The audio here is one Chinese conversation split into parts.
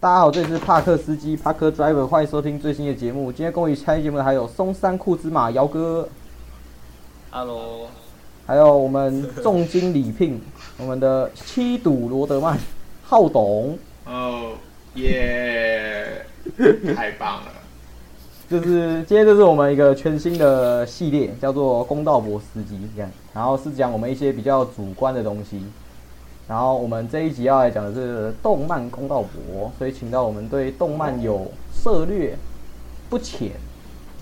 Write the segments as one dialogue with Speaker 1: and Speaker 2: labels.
Speaker 1: 大家好，这里是帕克司机帕克 Driver，欢迎收听最新的节目。今天跟我一起参与节目的还有松山库兹马姚哥，
Speaker 2: Hello，
Speaker 1: 还有我们重金礼聘 我们的七赌罗德曼浩董，
Speaker 3: 哦耶！太棒了！
Speaker 1: 就是今天这是我们一个全新的系列，叫做《公道博司机》这样，然后是讲我们一些比较主观的东西。然后我们这一集要来讲的是动漫公道博，所以请到我们对动漫有涉略不浅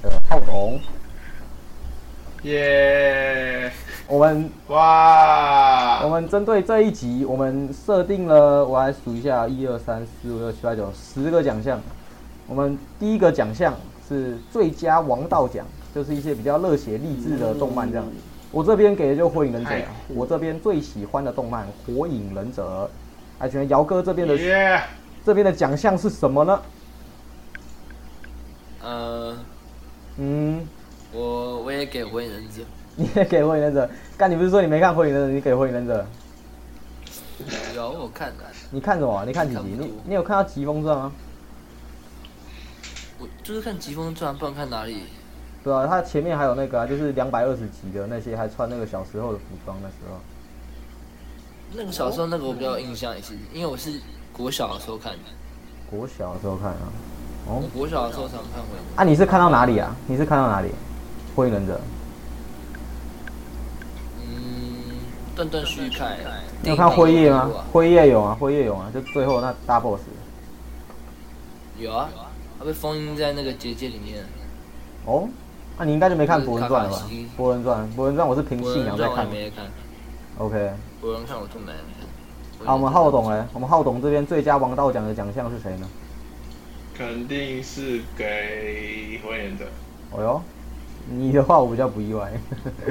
Speaker 1: 的浩董。
Speaker 3: 耶！
Speaker 1: 我们我
Speaker 3: 哇！
Speaker 1: 们针对这一集，我们设定了，我来数一下，一二三四五六七八九十个奖项。我们第一个奖项是最佳王道奖，就是一些比较热血励志的动漫这样。我这边给的就《火影忍者》
Speaker 3: 太
Speaker 1: 啊，我这边最喜欢的动漫《火影忍者》。哎，请问姚哥这边的
Speaker 3: 耶！
Speaker 1: 这边的奖项是什么呢？
Speaker 2: 呃，
Speaker 1: 嗯，
Speaker 2: 我我也给火影忍者，
Speaker 1: 你也给《火影忍者》？干，你不是说你没看《火影忍者》，你给《火影忍者》？
Speaker 2: 有我看的，
Speaker 1: 你看什么啊？你看几集
Speaker 2: 看？不
Speaker 1: 你
Speaker 2: 懂
Speaker 1: 你有看到《疾风传》吗？
Speaker 2: 我就是看《疾风传》，不然看哪里？
Speaker 1: 对啊，他前面还有那个啊，就是两百二十集的那些，还穿那个小时候的服装那时候。
Speaker 2: 那个小时候那个我比较有印象，也是因为我是国小的时候看的，
Speaker 1: 国小的时候看啊。哦
Speaker 2: 我，国小的时候常看火影忍
Speaker 1: 啊，你是看到哪里啊？你是看到哪里？火影忍者，
Speaker 2: 者，嗯，断断续续看。
Speaker 1: 你有看辉夜吗
Speaker 2: 电影版有啊？
Speaker 1: 辉夜有啊，辉夜有啊，就最后那大 boss。
Speaker 2: 有啊，他被封印在那个结界里面。
Speaker 1: 哦，那、你应该就没看《博人传》了吧
Speaker 2: 卡卡西？
Speaker 1: 《博人传》，《博人传》我是凭
Speaker 2: 我
Speaker 1: 信仰在
Speaker 2: 我也
Speaker 1: 看的。
Speaker 2: 没看，
Speaker 1: OK，
Speaker 2: 我人看我就没了。
Speaker 1: 好，我们浩董哎，我们浩董这边最佳王道奖的奖项是谁呢？
Speaker 3: 肯定是给火影忍者。
Speaker 1: 哦哟，你的话我比较不意外。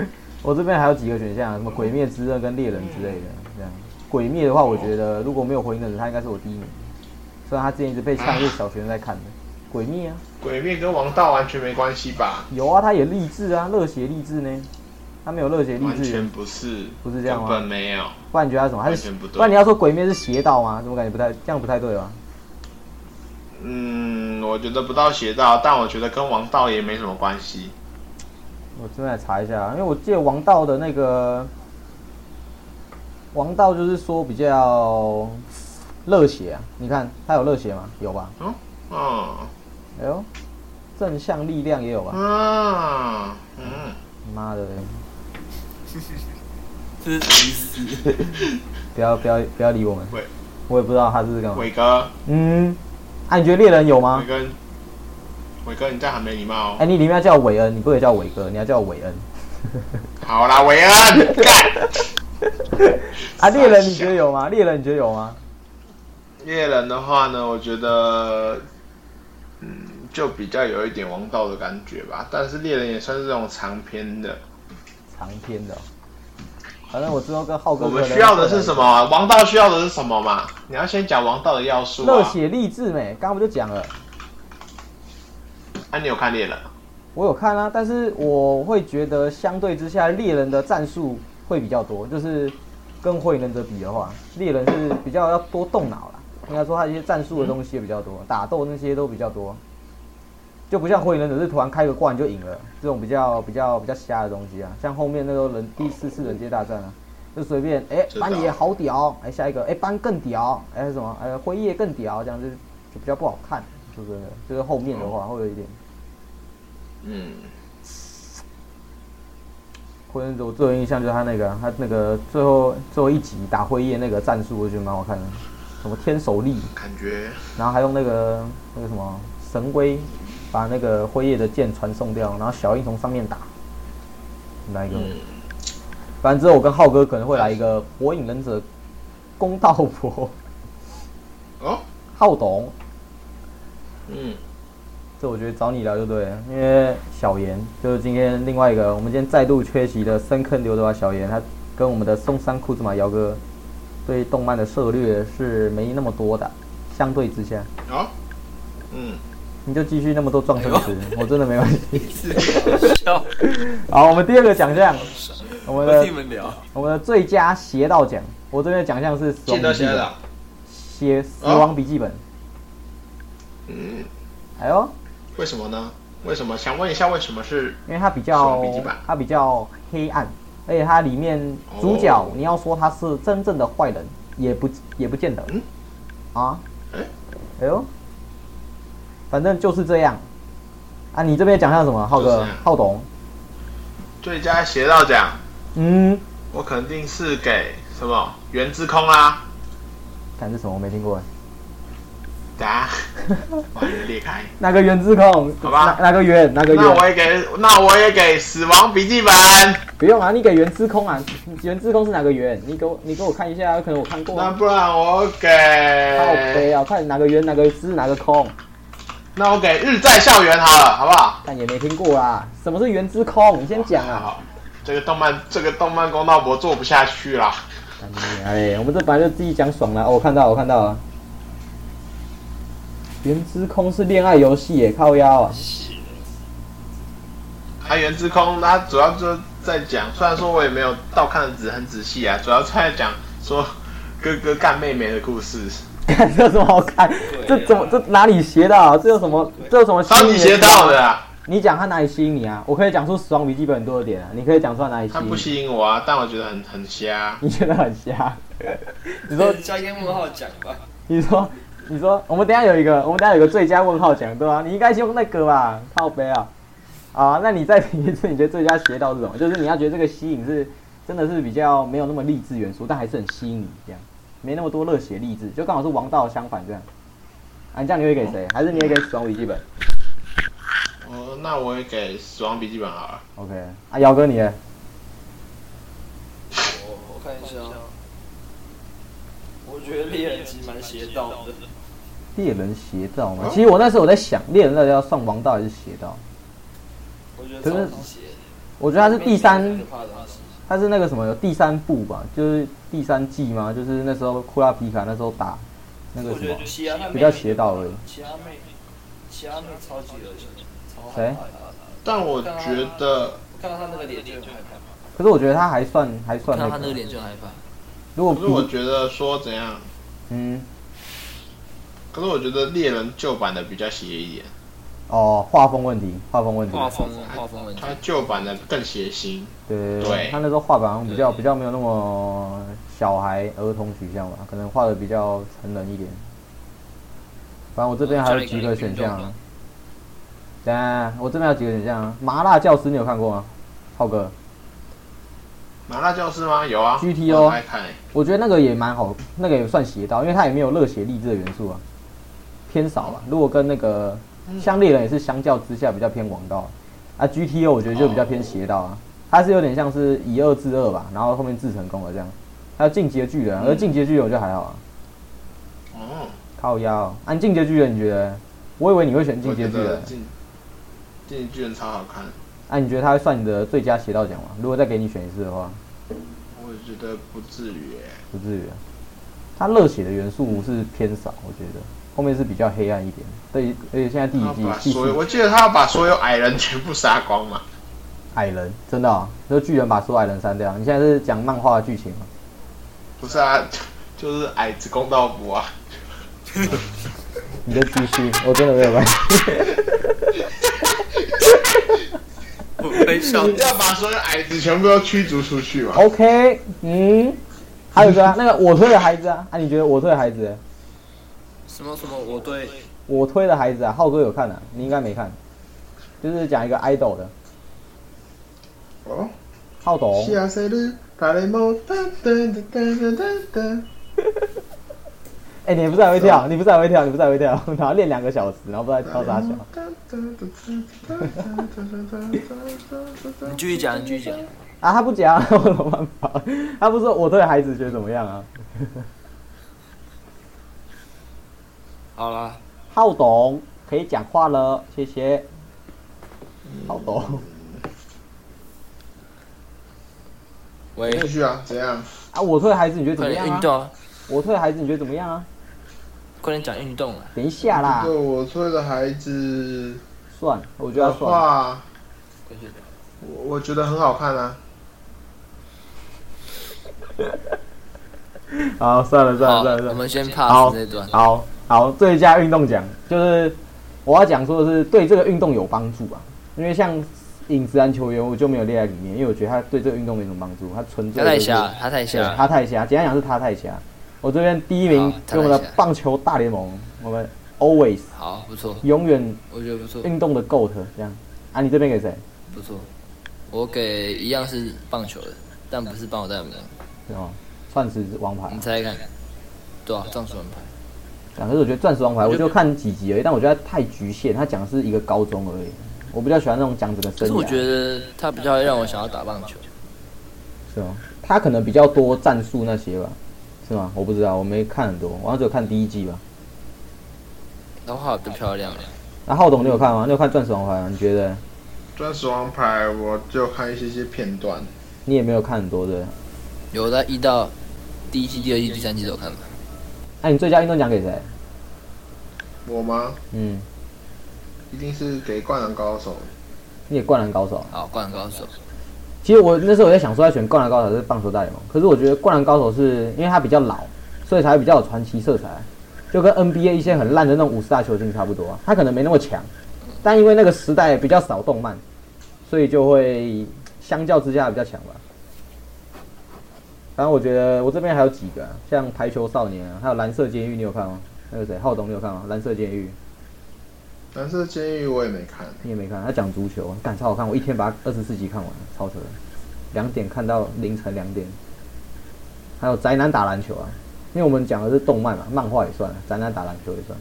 Speaker 1: 我这边还有几个选项啊，什么《鬼灭之刃》跟《猎人》之类的。这样，《鬼灭》的话，我觉得如果没有《火影忍者》，它应该是我第一名。虽然它之前一直被呛，就是小学生在看的。鬼灭啊，
Speaker 3: 鬼灭跟王道完全没关系吧？
Speaker 1: 有啊，它也励志啊，热血励志呢。它没有热血励
Speaker 3: 完
Speaker 1: 志
Speaker 3: 全，不是，
Speaker 1: 不是这样吗
Speaker 3: 根本没有。
Speaker 1: 不然你觉得它什么？它
Speaker 3: 完
Speaker 1: 是
Speaker 3: 全不对
Speaker 1: 不然你要说《鬼灭》是邪道吗？怎么感觉不太这样不太对吧？
Speaker 3: 嗯，我觉得不到邪道，但我觉得跟王道也没什么关系。
Speaker 1: 我这边来查一下，因为我记得王道的那个王道就是说比较热血啊，你看它有热血吗？有吧？
Speaker 3: 嗯
Speaker 1: 哎呦，正向力量也有吧？
Speaker 3: 嗯嗯，
Speaker 1: 妈的，
Speaker 2: 这是什么意思？
Speaker 1: 不要不要不要理我们
Speaker 3: 喂，
Speaker 1: 我也不知道他是干嘛。
Speaker 3: 伟哥，
Speaker 1: 嗯，啊，你觉得猎人有吗
Speaker 3: 伟？哥，伟哥，你这样很没礼貌
Speaker 1: 哎、
Speaker 3: 哦。
Speaker 1: 你里面要叫韦恩，你不可以叫伟哥，你要叫韦恩。
Speaker 3: 好啦，韦恩，干！
Speaker 1: 啊，猎人
Speaker 3: 傻
Speaker 1: 你觉得有吗？猎人你觉得有吗？
Speaker 3: 猎人的话呢，我觉得，嗯，就比较有一点王道的感觉吧。但是猎人也算是这种长篇的。
Speaker 1: 长篇的哦、反正我之后跟浩哥
Speaker 3: 我们
Speaker 1: 可能
Speaker 3: 需要的是什么啊？王道需要的是什么嘛？你要先讲王道的要素
Speaker 1: 热
Speaker 3: 啊。
Speaker 1: 血励志没？刚刚不就讲了。
Speaker 3: 啊，你有看猎人？
Speaker 1: 我有看啊，但是我会觉得相对之下，猎人的战术会比较多，就是跟火影忍者比的话，猎人是比较要多动脑啦。应该说他一些战术的东西也比较多，打斗那些都比较多，就不像火影忍者是突然开个挂你就赢了这种比较比较比较瞎的东西啊。像后面那个人第四次人界大战啊，就随便哎
Speaker 3: 知道
Speaker 1: 班也好屌，哎下一个哎班更屌，哎什么哎辉夜更屌，这样就就比较不好看，说真的，就是后面的话会有一点。
Speaker 3: 嗯，
Speaker 1: 火影忍者我最有印象就是他那个啊，他那个最后最后一集打辉夜那个战术，我觉得蛮好看的，什么天手力，
Speaker 3: 感觉
Speaker 1: 然后还用那个那个什么神龟把那个辉夜的剑传送掉，然后小樱从上面打，来一个？
Speaker 3: 嗯
Speaker 1: 反正之后我跟浩哥可能会来一个火影忍者公道博
Speaker 3: 哦，
Speaker 1: 浩董，
Speaker 3: 嗯，
Speaker 1: 这我觉得找你聊就对了，因为小严就是今天另外一个我们今天再度缺席的深坑刘德华小严，他跟我们的松山裤子马姚哥对动漫的涉略是没那么多的，相对之下，
Speaker 3: 哦，嗯，
Speaker 1: 你就继续那么多撞生词，我真的没关系。
Speaker 2: 笑，
Speaker 1: 好，我们第二个奖项，我们
Speaker 2: 我替你
Speaker 1: 的
Speaker 2: 们聊。
Speaker 1: 我们的最佳邪道奖，我这边的奖项是死亡
Speaker 3: 见到
Speaker 1: 笔记
Speaker 3: 邪
Speaker 1: 本，
Speaker 3: 道，
Speaker 1: 邪死亡笔记本，
Speaker 3: 嗯，
Speaker 1: 哎呦，
Speaker 3: 为什么呢？为什么？想问一下，为什么是？
Speaker 1: 因为它比较
Speaker 3: 什么笔记本
Speaker 1: 它比较黑暗，而且它里面主角
Speaker 3: 哦
Speaker 1: 你要说他是真正的坏人，也不也不见得。
Speaker 3: 嗯
Speaker 1: 啊，
Speaker 3: 哎，
Speaker 1: 哎呦，反正就是这样。啊，你这边讲一下什么，浩
Speaker 3: 就是
Speaker 1: 哥
Speaker 3: 这样、
Speaker 1: 浩董？
Speaker 3: 最佳邪道奖，
Speaker 1: 嗯，
Speaker 3: 我肯定是给什么原之空啊啦。
Speaker 1: 看是什么？我没听过。
Speaker 3: 等下，把人裂开。
Speaker 1: 哪个原之控？
Speaker 3: 好吧
Speaker 1: 哪哪个圆？哪个
Speaker 3: 那我
Speaker 1: 圆？
Speaker 3: 也给，那我也给死亡笔记本。
Speaker 1: 不用啊，你给原之空啊，原之空是哪个圆？你给我，你给我看一下，可能我看过
Speaker 3: 那
Speaker 1: 啊。
Speaker 3: 不然我
Speaker 1: 好
Speaker 3: 给，
Speaker 1: 悲啊！看哪个圆，哪个之，哪个空？
Speaker 3: 那我给日在校园好了，好不好？
Speaker 1: 但也没听过啦。什么是原之空？你先讲啊。
Speaker 3: 好，这个动漫，这个动漫公道博做不下去啦。
Speaker 1: 干你娘哎嘞，我们这本来就自己讲爽了。哦，我看到，我看到了。原之空是恋爱游戏耶，靠腰啊！
Speaker 3: 它原之空，它主要就在讲，虽然说我也没有倒看的仔很仔细啊，主要在讲说哥哥干妹妹的故事。
Speaker 1: 看这有什么好看？
Speaker 3: 啊
Speaker 1: 这怎么这哪里邪的啊？这有什么这有什么？
Speaker 3: 超级邪道的、！啊，
Speaker 1: 你讲他哪里吸引你啊？我可以讲出《死亡笔记本》很多的点啊，你可以讲出他哪里吸
Speaker 3: 它
Speaker 1: 引
Speaker 3: 不
Speaker 1: 你。
Speaker 3: 吸引我啊，但我觉得很很瞎。
Speaker 1: 你觉得很瞎？ 你说，
Speaker 2: 叫烟幕号讲吧，
Speaker 1: 你说，你说，我们等一下有一个，我们等一下有个最佳问号奖，对吧、你应该用那个吧，靠背啊。啊，那 你再评一次，你觉得最佳邪道是什么？就是你要觉得这个吸引是真的是比较没有那么励志元素，但还是很吸引你这样，没那么多热血励志，就刚好是王道相反这样。啊，你这样你会给谁？还是你会给《死亡笔记本
Speaker 3: 哦，那我也给死亡笔记本好了。》
Speaker 1: ？OK，啊，姚哥你呢？
Speaker 2: 我我看一下哦。我觉得猎人其实蛮邪道的，
Speaker 1: 猎人邪道吗？
Speaker 3: 哦
Speaker 1: 其实我那时候我在想，猎人到底要算王道还是邪道？
Speaker 2: 我觉得
Speaker 1: 可
Speaker 2: 超
Speaker 1: 是
Speaker 2: 级邪的。
Speaker 1: 我觉得他是第三
Speaker 2: 可怕的东西
Speaker 1: 他是那个什么有第三部吧，就是第三季嘛，就是那时候库拉皮卡那时候打那个
Speaker 2: 我
Speaker 1: 什
Speaker 2: 觉
Speaker 1: 么
Speaker 2: 得其他妹
Speaker 1: 比较邪道而已。
Speaker 2: 其他妹，其他妹超级恶心，超
Speaker 1: 谁
Speaker 2: 害怕的。
Speaker 3: 但我觉得
Speaker 2: 我看到他那个脸就很害怕，
Speaker 1: 可是我觉得他还算还算
Speaker 2: 看
Speaker 1: 那
Speaker 2: 到他那
Speaker 1: 个，
Speaker 2: 个脸就很害怕。
Speaker 1: 如果
Speaker 3: 可是我
Speaker 1: 比
Speaker 3: 觉得说怎样？
Speaker 1: 嗯
Speaker 3: 可是我觉得猎人旧版的比较邪一点，
Speaker 1: 哦画风问题，画风问题，
Speaker 2: 画风画风问题，
Speaker 3: 它旧版的更邪心。
Speaker 1: 对对
Speaker 3: 对
Speaker 1: 他那时候画板好像比较比较没有那么小孩儿童取向吧，可能画的比较成人一点。反正我这边还有几个选
Speaker 2: 哦
Speaker 1: 项啊，等一下我这边还有几个选项啊，麻辣教师你有看过吗？浩哥，
Speaker 3: 麻辣教师吗？有啊
Speaker 1: GTO
Speaker 3: 我很爱看、欸。
Speaker 1: 我觉得那个也蛮好，那个也算邪道，因为它也没有热血励志的元素啊，偏少吧。如果跟那个
Speaker 3: 嗯
Speaker 1: 像猎人也是相较之下比较偏王道啊，GTO 我觉得就比较偏邪道
Speaker 3: 哦
Speaker 1: 啊，它是有点像是以恶制恶吧，然后后面制成功了这样。还有进阶巨人，啊
Speaker 3: 嗯
Speaker 1: 而进阶巨人我觉得还好啊，
Speaker 3: 哦，
Speaker 1: 靠腰、哦。按、进阶巨人你觉得？我以为你会选进
Speaker 3: 我觉
Speaker 1: 阶巨
Speaker 3: 得
Speaker 1: 人，
Speaker 3: 进进击巨人超好看，
Speaker 1: 啊，你觉得他会算你的最佳邪道奖吗？如果再给你选一次的话，
Speaker 3: 我觉得不至于、欸。
Speaker 1: 不至于啊。它热血的元素是偏少，我觉得后面是比较黑暗一点。对，而且现在第
Speaker 3: 他
Speaker 1: 一季
Speaker 3: 要把
Speaker 1: 第
Speaker 3: 所有，
Speaker 1: 四
Speaker 3: 我记得他要把所有矮人全部杀光嘛。
Speaker 1: 矮人真的、哦，就巨人把所有矮人删掉。你现在是讲漫画的剧情吗？啊
Speaker 3: 不是啊，就是矮子公道博啊。
Speaker 1: 你的继续，我真的没有 办法。
Speaker 2: 我会笑
Speaker 3: 你要把所有矮子全部都驱逐出去嘛。
Speaker 1: OK，嗯，还有一个、啊、那个我推的孩子啊，啊，你觉得我推的孩子，
Speaker 2: 什么什么，我对
Speaker 1: 我推的孩子啊，浩哥有看啊，你应该没看，就是讲一个 idol 的
Speaker 3: 哦，啊
Speaker 1: 浩董，
Speaker 3: 幸せる誰もだだだだだだ
Speaker 1: 哎、你不是还会跳，你不是还会跳，你不是还会跳， 然后练两个小时，然后不知道跳啥小。 啊
Speaker 2: 你继续讲，你继续讲。
Speaker 1: 啊，他不讲， 我有什么办法？他不是说我对孩子觉得怎么样啊？
Speaker 2: 好啦，
Speaker 1: 浩董可以讲话了，谢谢。浩董
Speaker 2: 喂，
Speaker 3: 继续啊，怎样？
Speaker 1: 啊，我对孩子你觉得怎
Speaker 2: 快
Speaker 1: 么
Speaker 2: 点
Speaker 1: 样
Speaker 2: 运
Speaker 1: 啊？
Speaker 2: 动啊，
Speaker 1: 我对孩子你觉得怎么样啊？
Speaker 2: 快点讲运动啊。
Speaker 1: 等一下啦
Speaker 3: 这，个我推的孩子
Speaker 1: 算，我觉得
Speaker 3: 的
Speaker 1: 要算。
Speaker 3: 话，
Speaker 2: 快去讲
Speaker 3: 我我觉得很好看啊。
Speaker 1: 好，算了算了算，
Speaker 2: 好
Speaker 1: 了
Speaker 2: 我
Speaker 1: 算了，
Speaker 2: 们先
Speaker 1: 好
Speaker 2: pass 这段。
Speaker 1: 啊好好，最佳运动奖就是我要讲说的是对这个运动有帮助啊，因为像影子篮球员我就没有列在里面，因为我觉得他对这个运动没什么帮助，他纯粹
Speaker 2: 他太
Speaker 1: 就是
Speaker 2: 瞎，他太啊
Speaker 1: 对
Speaker 2: 瞎，
Speaker 1: 他太瞎。简单讲是他太瞎。我这边第一名
Speaker 2: 好他
Speaker 1: 给我们
Speaker 2: 啊太
Speaker 1: 的
Speaker 2: 瞎
Speaker 1: 棒球大联盟，我们 always
Speaker 2: 好，不错，
Speaker 1: 永远
Speaker 2: 我觉得不错，
Speaker 1: 运动的 GOAT 这样。啊，你这边给谁？
Speaker 2: 不错。我给一样是棒球的，但不是棒球代表。
Speaker 1: 哦，钻石王牌
Speaker 2: 你。猜猜看，对啊，撞死人牌。
Speaker 1: 啊，可是我觉得钻石王牌，我
Speaker 2: 我觉得
Speaker 1: 就看几集而已，但我觉得它太局限，他讲的是一个高中而已。我比较喜欢那种讲整个
Speaker 2: 可
Speaker 1: 生
Speaker 2: 是我觉
Speaker 1: 涯，
Speaker 2: 得他比较让我想要打棒球。
Speaker 1: 是吗？他可能比较多战术那些吧，是吗？我不知道，我没看很多，我好像只有看第一季吧。
Speaker 2: 然后画的漂亮了，
Speaker 1: 那、浩董你有看吗？你有看钻石王牌吗？你觉得
Speaker 3: 钻石王牌我就看一些些片段，
Speaker 1: 你也没有看很多的？
Speaker 2: 有在一到第一季、第二季、第三季都有看吧？
Speaker 1: 那、哎你最佳运动奖给谁？
Speaker 3: 我吗？
Speaker 1: 嗯，
Speaker 3: 一定是给灌篮高手。
Speaker 1: 你也灌篮高手。啊
Speaker 2: 好，灌篮高手，
Speaker 1: 其实我那时候我在想说要选灌篮高手还是棒球大联盟，可是我觉得灌篮高手是因为它比较老，所以才会比较有传奇色彩，就跟 NBA 一些很烂的那种五十大球星差不多啊。它可能没那么强，但因为那个时代比较少动漫，所以就会相较之下比较强吧。反正我觉得我这边还有几个啊、像排球少年啊，还有蓝色监狱，你有看吗？那个谁，浩东你有看吗？蓝色监狱
Speaker 3: 蓝色监狱我也没看，
Speaker 1: 你也没看，他讲足球，感超好看，我一天把二十四集看完，超扯的，两点看到凌晨两点。还有宅男打篮球啊，因为我们讲的是动漫嘛，漫画也算了，宅男打篮球也算。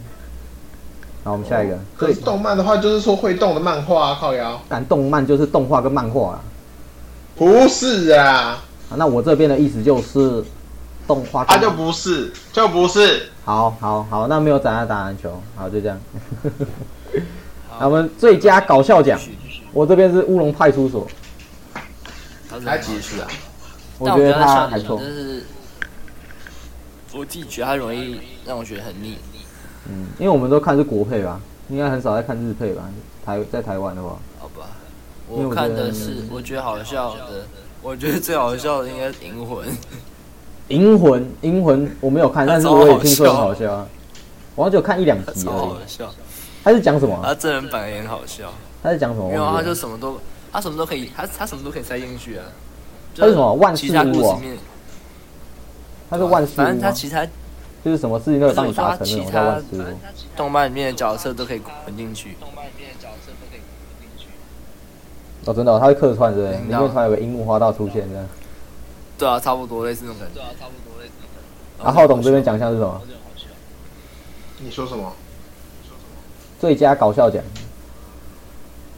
Speaker 1: 好，我们下一个，
Speaker 3: 可
Speaker 1: 最
Speaker 3: 是动漫的话就是说会动的漫画、啊、靠腰，
Speaker 1: 敢动漫就是动画跟漫画啊。
Speaker 3: 不是啊，
Speaker 1: 啊那我这边的意思就是动画
Speaker 3: 他
Speaker 1: 跟。
Speaker 3: 啊就不是，就不是。
Speaker 1: 好好好，那没有宅男打篮球，好就这 样。
Speaker 2: 好
Speaker 1: 那我们最佳搞笑奖
Speaker 2: 继，续继续
Speaker 1: 我这边是乌龙派出所，
Speaker 2: 他是
Speaker 3: 他几岁啊？
Speaker 1: 我
Speaker 2: 但
Speaker 1: 觉
Speaker 2: 我
Speaker 1: 得
Speaker 2: 他
Speaker 1: 他
Speaker 2: 笑
Speaker 1: 还
Speaker 2: 点
Speaker 1: 错
Speaker 2: 真。是，我自己觉得他容易让我觉得很腻。
Speaker 1: 嗯，因为我们都看是国配吧，应该很少在看日配吧。台在台湾的话，
Speaker 2: 好吧，
Speaker 1: 因为
Speaker 2: 我
Speaker 1: 我
Speaker 2: 看
Speaker 1: 觉得嗯
Speaker 2: 的是我觉得好笑的，我觉得最好笑的应该是银魂，
Speaker 1: 《银魂》《银魂》我没有看，但是
Speaker 2: 超好
Speaker 1: 我也听说很
Speaker 2: 笑
Speaker 1: 好笑啊。我好像只有看一两集
Speaker 2: 超
Speaker 1: 而
Speaker 2: 好
Speaker 1: 已。
Speaker 2: 笑，
Speaker 1: 他是讲什么啊？
Speaker 2: 他真人版也很好笑，
Speaker 1: 他是讲什么？
Speaker 2: 因为啊他
Speaker 1: 忘
Speaker 2: 就
Speaker 1: 记了
Speaker 2: 什么都他什么都可以，他他什么都可以塞进去啊。
Speaker 1: 他是什么万事
Speaker 2: 其他故
Speaker 1: 屋
Speaker 2: 事
Speaker 1: 啊
Speaker 2: 面，
Speaker 1: 他是万事
Speaker 2: 反正
Speaker 1: 屋啊
Speaker 2: 他
Speaker 1: 吗？
Speaker 2: 其他
Speaker 1: 就是什么事情都有帮你
Speaker 2: 不是我
Speaker 1: 达
Speaker 2: 说他
Speaker 1: 成那种
Speaker 2: 其
Speaker 1: 叫
Speaker 2: 他
Speaker 1: 万事屋。
Speaker 2: 动漫里面的角色都可以混进去。
Speaker 1: 哦，真的哦，他会客串对不对？
Speaker 2: 嗯
Speaker 1: 里面突然有个樱木花道出现这
Speaker 2: 哦
Speaker 1: 样。
Speaker 2: 对啊，差不多类似那种感觉。对啊，差不多类似。
Speaker 1: 然后浩董这边奖项是什么？
Speaker 3: 你说什么？
Speaker 1: 最佳搞笑奖，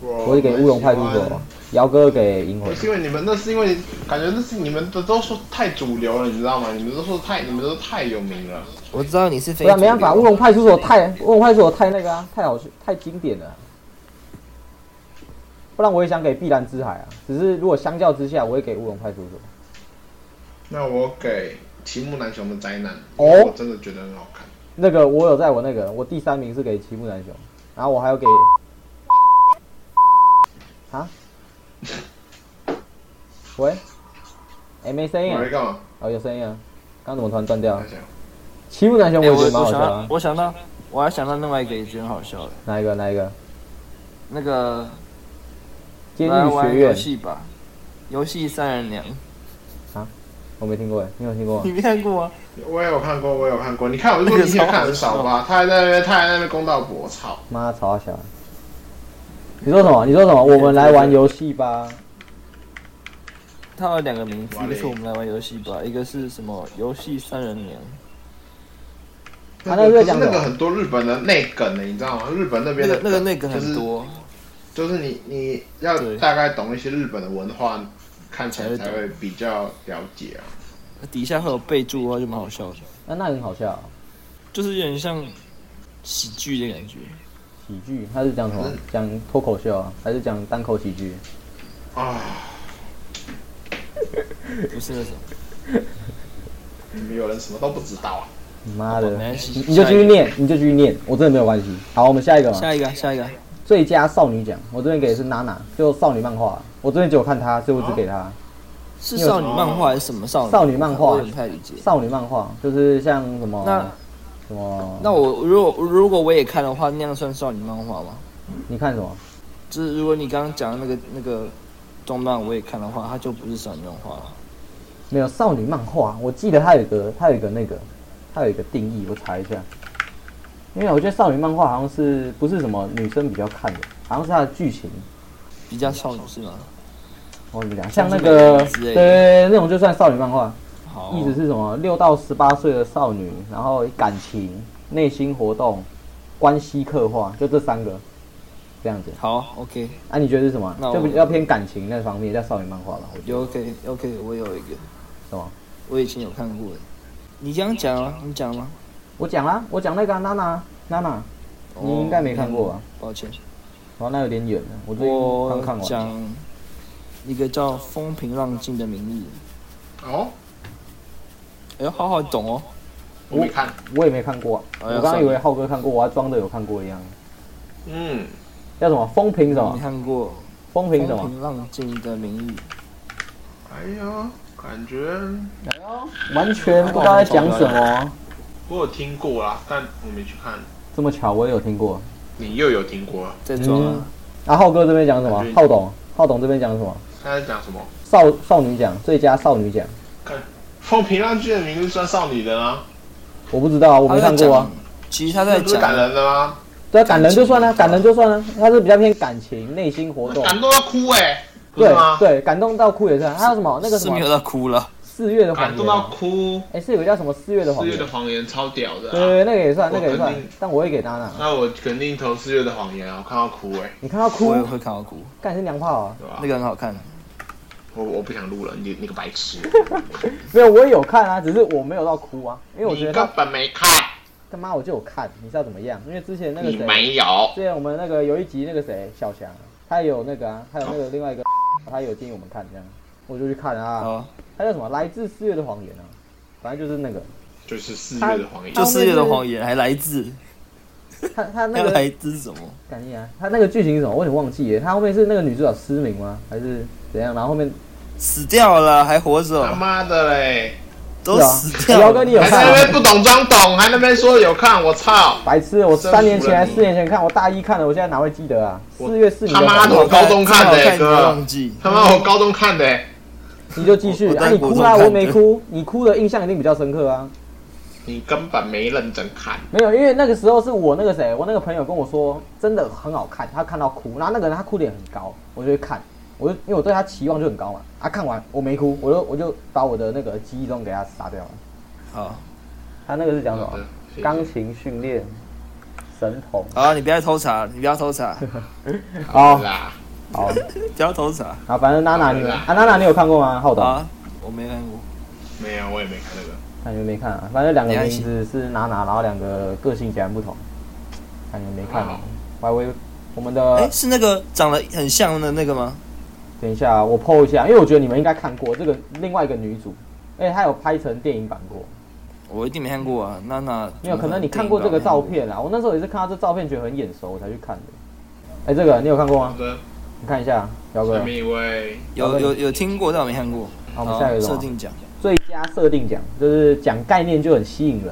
Speaker 3: 我
Speaker 1: 我是给乌龙派出
Speaker 3: 蛮喜
Speaker 1: 所
Speaker 3: 欢，
Speaker 1: 姚哥给银魂
Speaker 3: 不。是因为你们，那是因为感觉那是你们的都说太主流了，你知道吗？你们都说太，你们都太有名了。
Speaker 2: 我知道你是非
Speaker 1: 不然没办法，乌龙派出所太乌龙派出所太那个啊，太好太经典了啊。不然我也想给碧蓝之海啊，只是如果相较之下，我会给乌龙派出所。
Speaker 3: 那我给齐木楠雄的灾难，
Speaker 1: 哦
Speaker 3: 因为我真的觉得很好看。
Speaker 1: 那个我有在我那个，我第三名是给齐木楠雄，然后我还有给啊， 喂，哎、没声音
Speaker 3: 我
Speaker 1: 啊
Speaker 3: 在，干嘛？
Speaker 1: 哦有声音啊，刚怎么突然断掉
Speaker 3: 我
Speaker 1: 啊
Speaker 3: 在？想
Speaker 1: 齐木楠雄我
Speaker 2: 哎
Speaker 1: 也觉
Speaker 2: 我
Speaker 1: 得蛮
Speaker 2: 我
Speaker 1: 好
Speaker 2: 想
Speaker 1: 笑
Speaker 2: 到
Speaker 1: 啊，，
Speaker 2: 我想到，我还想到另外一个也觉得很好笑的，
Speaker 1: 哪一个哪一个？
Speaker 2: 那个
Speaker 1: 监
Speaker 2: 来
Speaker 1: 狱
Speaker 2: 玩
Speaker 1: 学
Speaker 2: 游
Speaker 1: 院，
Speaker 2: 戏吧，游戏三人娘，
Speaker 1: 我没听过哎，你有听过吗
Speaker 2: 你？没看过吗？
Speaker 3: 我也有看过，我也有看过。你看，我就说你以前看很少吧，他还在那边，他还在那边公道博，操！
Speaker 1: 妈吵小。你说什么？你说什么？我们来玩游戏吧。
Speaker 2: 它有两个名字，
Speaker 3: 哇
Speaker 2: 一
Speaker 3: 嘞
Speaker 2: 个是我们来玩游戏吧，一个是什么游戏三人娘，
Speaker 1: 啊那
Speaker 3: 个
Speaker 1: 是在
Speaker 3: 可
Speaker 1: 讲
Speaker 3: 是
Speaker 1: 什
Speaker 3: 那
Speaker 1: 么
Speaker 3: 个很多日本的内梗的，你知道吗？日本那
Speaker 2: 那
Speaker 3: 边的
Speaker 2: 个那个
Speaker 3: 梗
Speaker 2: 那个
Speaker 3: 就是
Speaker 2: 很多，
Speaker 3: 就是你你要
Speaker 2: 对
Speaker 3: 大概懂一些日本的文化，看起来
Speaker 2: 才
Speaker 3: 才
Speaker 2: 会
Speaker 3: 会比较了解啊。
Speaker 2: 底下会有备注啊，就蛮好笑的，
Speaker 1: 那、那很好笑、
Speaker 2: 就是有点像喜剧的感觉。
Speaker 1: 喜剧，他是讲什么
Speaker 3: 嗯？
Speaker 1: 讲脱口秀啊，还是讲单口喜剧？
Speaker 3: 啊，
Speaker 2: 不是那种，
Speaker 3: 你们有人什么都不知道啊？
Speaker 1: 妈的
Speaker 2: 好哦没关，系
Speaker 1: 你你就继续念，你就继续念，我真的没有关系。好，我们下一个嘛。
Speaker 2: 下一个，啊下一个，
Speaker 1: 最佳少女奖，我这边给的是娜娜，就少女漫画。我这边只有看她，所以我
Speaker 2: 啊
Speaker 1: 只给她。
Speaker 2: 是
Speaker 1: 你有
Speaker 2: 少女漫画还是什么少女？
Speaker 1: 少女漫画
Speaker 2: 我有点不太理解。
Speaker 1: 少女漫画就是像什么
Speaker 2: 那
Speaker 1: 什么？
Speaker 2: 那我如果如果我也看的话，那样算少女漫画吗？
Speaker 1: 你看什么？
Speaker 2: 就是如果你刚刚讲的那个那个动漫我也看的话，它就不是少女漫画了。
Speaker 1: 没有少女漫画，我记得它有一个，它有一个那个，它有一个定义，我查一下。因为我觉得少女漫画好像是不是什么女生比较看的，好像是它的剧情。
Speaker 2: 比较少女是吗？
Speaker 1: 我怎么讲？像那
Speaker 2: 像是美
Speaker 1: 个
Speaker 2: 人之类的
Speaker 1: 对
Speaker 2: 哦
Speaker 1: 对对那种就算少女漫画，
Speaker 2: 好，
Speaker 1: 意思是什么？六到十八岁的少女，然后感情、内心活动、关系刻画，就这三个这样子。
Speaker 2: 好，OK，
Speaker 1: 啊，你觉得是什么？
Speaker 2: 那我
Speaker 1: 就比较偏感情那方面，叫少女漫画吧？我觉得
Speaker 2: 有 OK OK，我有一个，
Speaker 1: 是吗？
Speaker 2: 我以前有看过的。你刚刚讲啊，你讲了吗？
Speaker 1: 我讲啦，我讲那个啊娜娜娜娜，你应该没看过吧？
Speaker 2: 抱歉，
Speaker 1: 哦，那有点远了，我啊最近刚看
Speaker 2: 我
Speaker 1: 完。
Speaker 2: 讲一个叫《风平浪静的名义
Speaker 3: 哦，》，
Speaker 2: 哎呦，好好懂哦。
Speaker 3: 我没看。
Speaker 1: 我也没看过啊、
Speaker 2: 哎呀
Speaker 1: 我刚刚
Speaker 2: 算
Speaker 1: 以
Speaker 2: 了
Speaker 1: 为浩哥看过，我还装的有看过一样。
Speaker 3: 嗯，
Speaker 1: 叫什么？风平什
Speaker 2: 没
Speaker 1: 么？
Speaker 2: 看过
Speaker 1: 风
Speaker 2: 《
Speaker 1: 平什
Speaker 2: 嗯风
Speaker 1: 么？
Speaker 2: 平浪静的名义》，
Speaker 3: 哎呦，感觉
Speaker 1: 完全不知道在讲什么。啊
Speaker 3: 我有听过啦，但我没去看。
Speaker 1: 这么巧，我也有听过。
Speaker 3: 你又有听过？
Speaker 2: 在装
Speaker 1: 嗯
Speaker 2: 啊。
Speaker 1: 啊，浩哥这边讲什么
Speaker 2: 嗯
Speaker 3: 对？
Speaker 1: 浩董，浩董这边讲什么？
Speaker 3: 他在讲什么？
Speaker 1: 少少女奖，最佳少女奖。
Speaker 3: 风平浪静的名字算少女的吗？
Speaker 1: 我不知道啊，我没看过啊。
Speaker 2: 其实他在
Speaker 3: 不是感
Speaker 2: 讲，
Speaker 3: 人的吗？
Speaker 1: 对啊，感人就算了，感人就算了。他是比较偏感情、内心活动。
Speaker 3: 感动到哭哎，不是
Speaker 1: 对
Speaker 3: 吗？
Speaker 1: 对，感动到哭也是啊。还有什么那个什
Speaker 2: 是
Speaker 1: 么
Speaker 2: 没有到哭了。
Speaker 1: 四月的谎
Speaker 3: 感动
Speaker 1: 言
Speaker 3: 到
Speaker 1: 啊？
Speaker 3: 哭。
Speaker 1: 哎，是有个叫什么四月的谎
Speaker 3: 四月
Speaker 1: 言
Speaker 3: 的？谎言超屌的、
Speaker 1: 对
Speaker 3: 啊，
Speaker 1: 对对，那个也算，那个也
Speaker 3: 我
Speaker 1: 算
Speaker 3: 肯定。
Speaker 1: 但我会给娜娜。
Speaker 3: 那我肯定投四月的谎言啊，我看到哭哎、
Speaker 1: 你看他哭
Speaker 2: 我，也会看到哭，
Speaker 1: 干你是娘炮啊！
Speaker 3: 对吧？
Speaker 2: 那个很好看。
Speaker 3: 我我不想录了，你你个白痴，
Speaker 1: 没有，我也有看啊，只是我没有到哭啊，因为 我
Speaker 3: 你
Speaker 1: 觉得
Speaker 3: 根
Speaker 1: 他
Speaker 3: 本没看，
Speaker 1: 他妈我就有看，你知道怎么样？因为之前那个
Speaker 3: 你
Speaker 1: 谁，
Speaker 3: 没有，
Speaker 1: 之前我们那个有一集那个谁小强，他有那个啊，还有那个另外一个，他有建议我们看这样，我就去看啊。
Speaker 2: 好，
Speaker 1: 他叫什么？来自四月的谎言啊，反正就是那个
Speaker 3: 就是四月的谎言
Speaker 1: 他
Speaker 2: 就。四月的谎言还来自，
Speaker 1: 他他那
Speaker 2: 要
Speaker 1: 个
Speaker 2: 来自什么？
Speaker 1: 感应啊，他那个剧情是什么？我有点忘记耶。他后面是那个女主角失明吗？还是怎样？然后后面
Speaker 2: 死掉了还活
Speaker 3: 他
Speaker 2: 着，
Speaker 3: 妈的嘞！
Speaker 2: 都
Speaker 1: 是啊
Speaker 2: 死掉了。
Speaker 1: 姚哥你有
Speaker 3: 还在那边不懂装懂，还在那边说有看，我操！
Speaker 1: 白痴，我三年前还
Speaker 3: 征服了你
Speaker 1: 四年前看，我大一看的，我现在哪会记得啊？
Speaker 3: 我
Speaker 1: 四月四你
Speaker 3: 他妈的
Speaker 2: 好看
Speaker 3: 我高中看的
Speaker 2: 这么好看你
Speaker 3: 哥
Speaker 2: 会忘记。
Speaker 3: 他妈我高中看的、
Speaker 1: 你就继续
Speaker 2: 我我
Speaker 1: 啊！
Speaker 2: 在
Speaker 1: 你
Speaker 2: 国
Speaker 1: 哭
Speaker 2: 中
Speaker 1: 啦，
Speaker 2: 看的
Speaker 1: 我没哭，你哭的印象一定比较深刻啊。
Speaker 3: 你根本没认真看。
Speaker 1: 没有，因为那个时候是我那个谁，我那个朋友跟我说，真的很好看，他看到哭，然后那个人他哭点很高，我就去看，我就因为我对他期望就很高嘛，啊，看完我没哭，我就我就把我的那个记忆中给他杀掉了。
Speaker 2: 好，
Speaker 1: 他那个是讲什
Speaker 3: 好
Speaker 1: 么
Speaker 3: 的？谢谢
Speaker 1: 钢琴训练，神童。
Speaker 2: 好，你不要偷查，你不要 偷查，
Speaker 1: 好
Speaker 3: 好啦，
Speaker 1: 好，
Speaker 2: 不要偷查。
Speaker 1: 好，反正娜娜你们
Speaker 3: 好啦
Speaker 1: 啊，娜娜你有看过吗？浩导，
Speaker 2: 啊，我没看过。
Speaker 3: 没有，我也没看那个。
Speaker 1: 感觉没看啊。反正两个
Speaker 2: 没
Speaker 1: 名
Speaker 2: 关系
Speaker 1: 字是娜娜，然后两个个性截然不同，感觉没看啊
Speaker 3: 好。
Speaker 1: 我还以为我们
Speaker 2: 哎、
Speaker 1: 的
Speaker 2: 是那个长得很像的那个吗？
Speaker 1: 等一下，我 PO 一下，因为我觉得你们应该看过这个另外一个女主，而且她有拍成电影版过。
Speaker 2: 我一定没看过啊。娜娜，
Speaker 1: 没有，可能你看过这个照。片啊啦。我那时候也是看到这照片，觉得很眼熟，我才去看的。哎、这个你有看过
Speaker 3: 好
Speaker 1: 吗？
Speaker 3: 的，
Speaker 1: 你看一下，姚哥
Speaker 3: 下。面一位，
Speaker 2: 有有有听过，但我没看过。
Speaker 1: 好，我们下一个是什
Speaker 2: 设
Speaker 1: 么
Speaker 2: 定奖。
Speaker 1: 最佳设定奖，就是讲概念就很吸引人，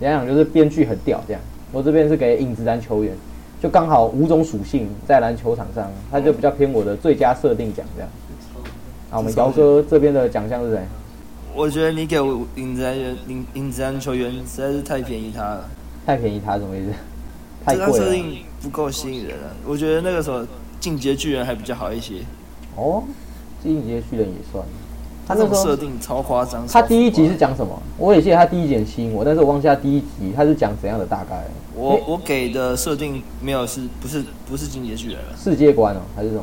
Speaker 1: 人家讲就是编剧很屌这样。我这边是给影子篮球员，就刚好五种属性在篮球场上，他就比较偏我的最佳设定奖这样。啊，我们姚哥这边的奖项是谁？
Speaker 2: 我觉得你给我影子篮员、影影子篮球员实在是太便宜他了，
Speaker 1: 太便宜他什么意思？太
Speaker 2: 这个
Speaker 1: 贵
Speaker 2: 设
Speaker 1: 了。
Speaker 2: 定不够吸引人了。我觉得那个什么进阶巨人还比较好一些，
Speaker 1: 哦，进阶巨人也算。他
Speaker 2: 他
Speaker 1: 那
Speaker 2: 这
Speaker 1: 时
Speaker 2: 种
Speaker 1: 候
Speaker 2: 设定超夸张。
Speaker 1: 他第一集
Speaker 2: 超
Speaker 1: 是
Speaker 2: 浮夸，
Speaker 1: 讲什么？我也记得他第一集很吸引我，但是我忘记他第一集他是讲怎样的大概
Speaker 2: 我我给的设定没有是不是不是进阶巨人了？
Speaker 1: 世界观哦，还是什么？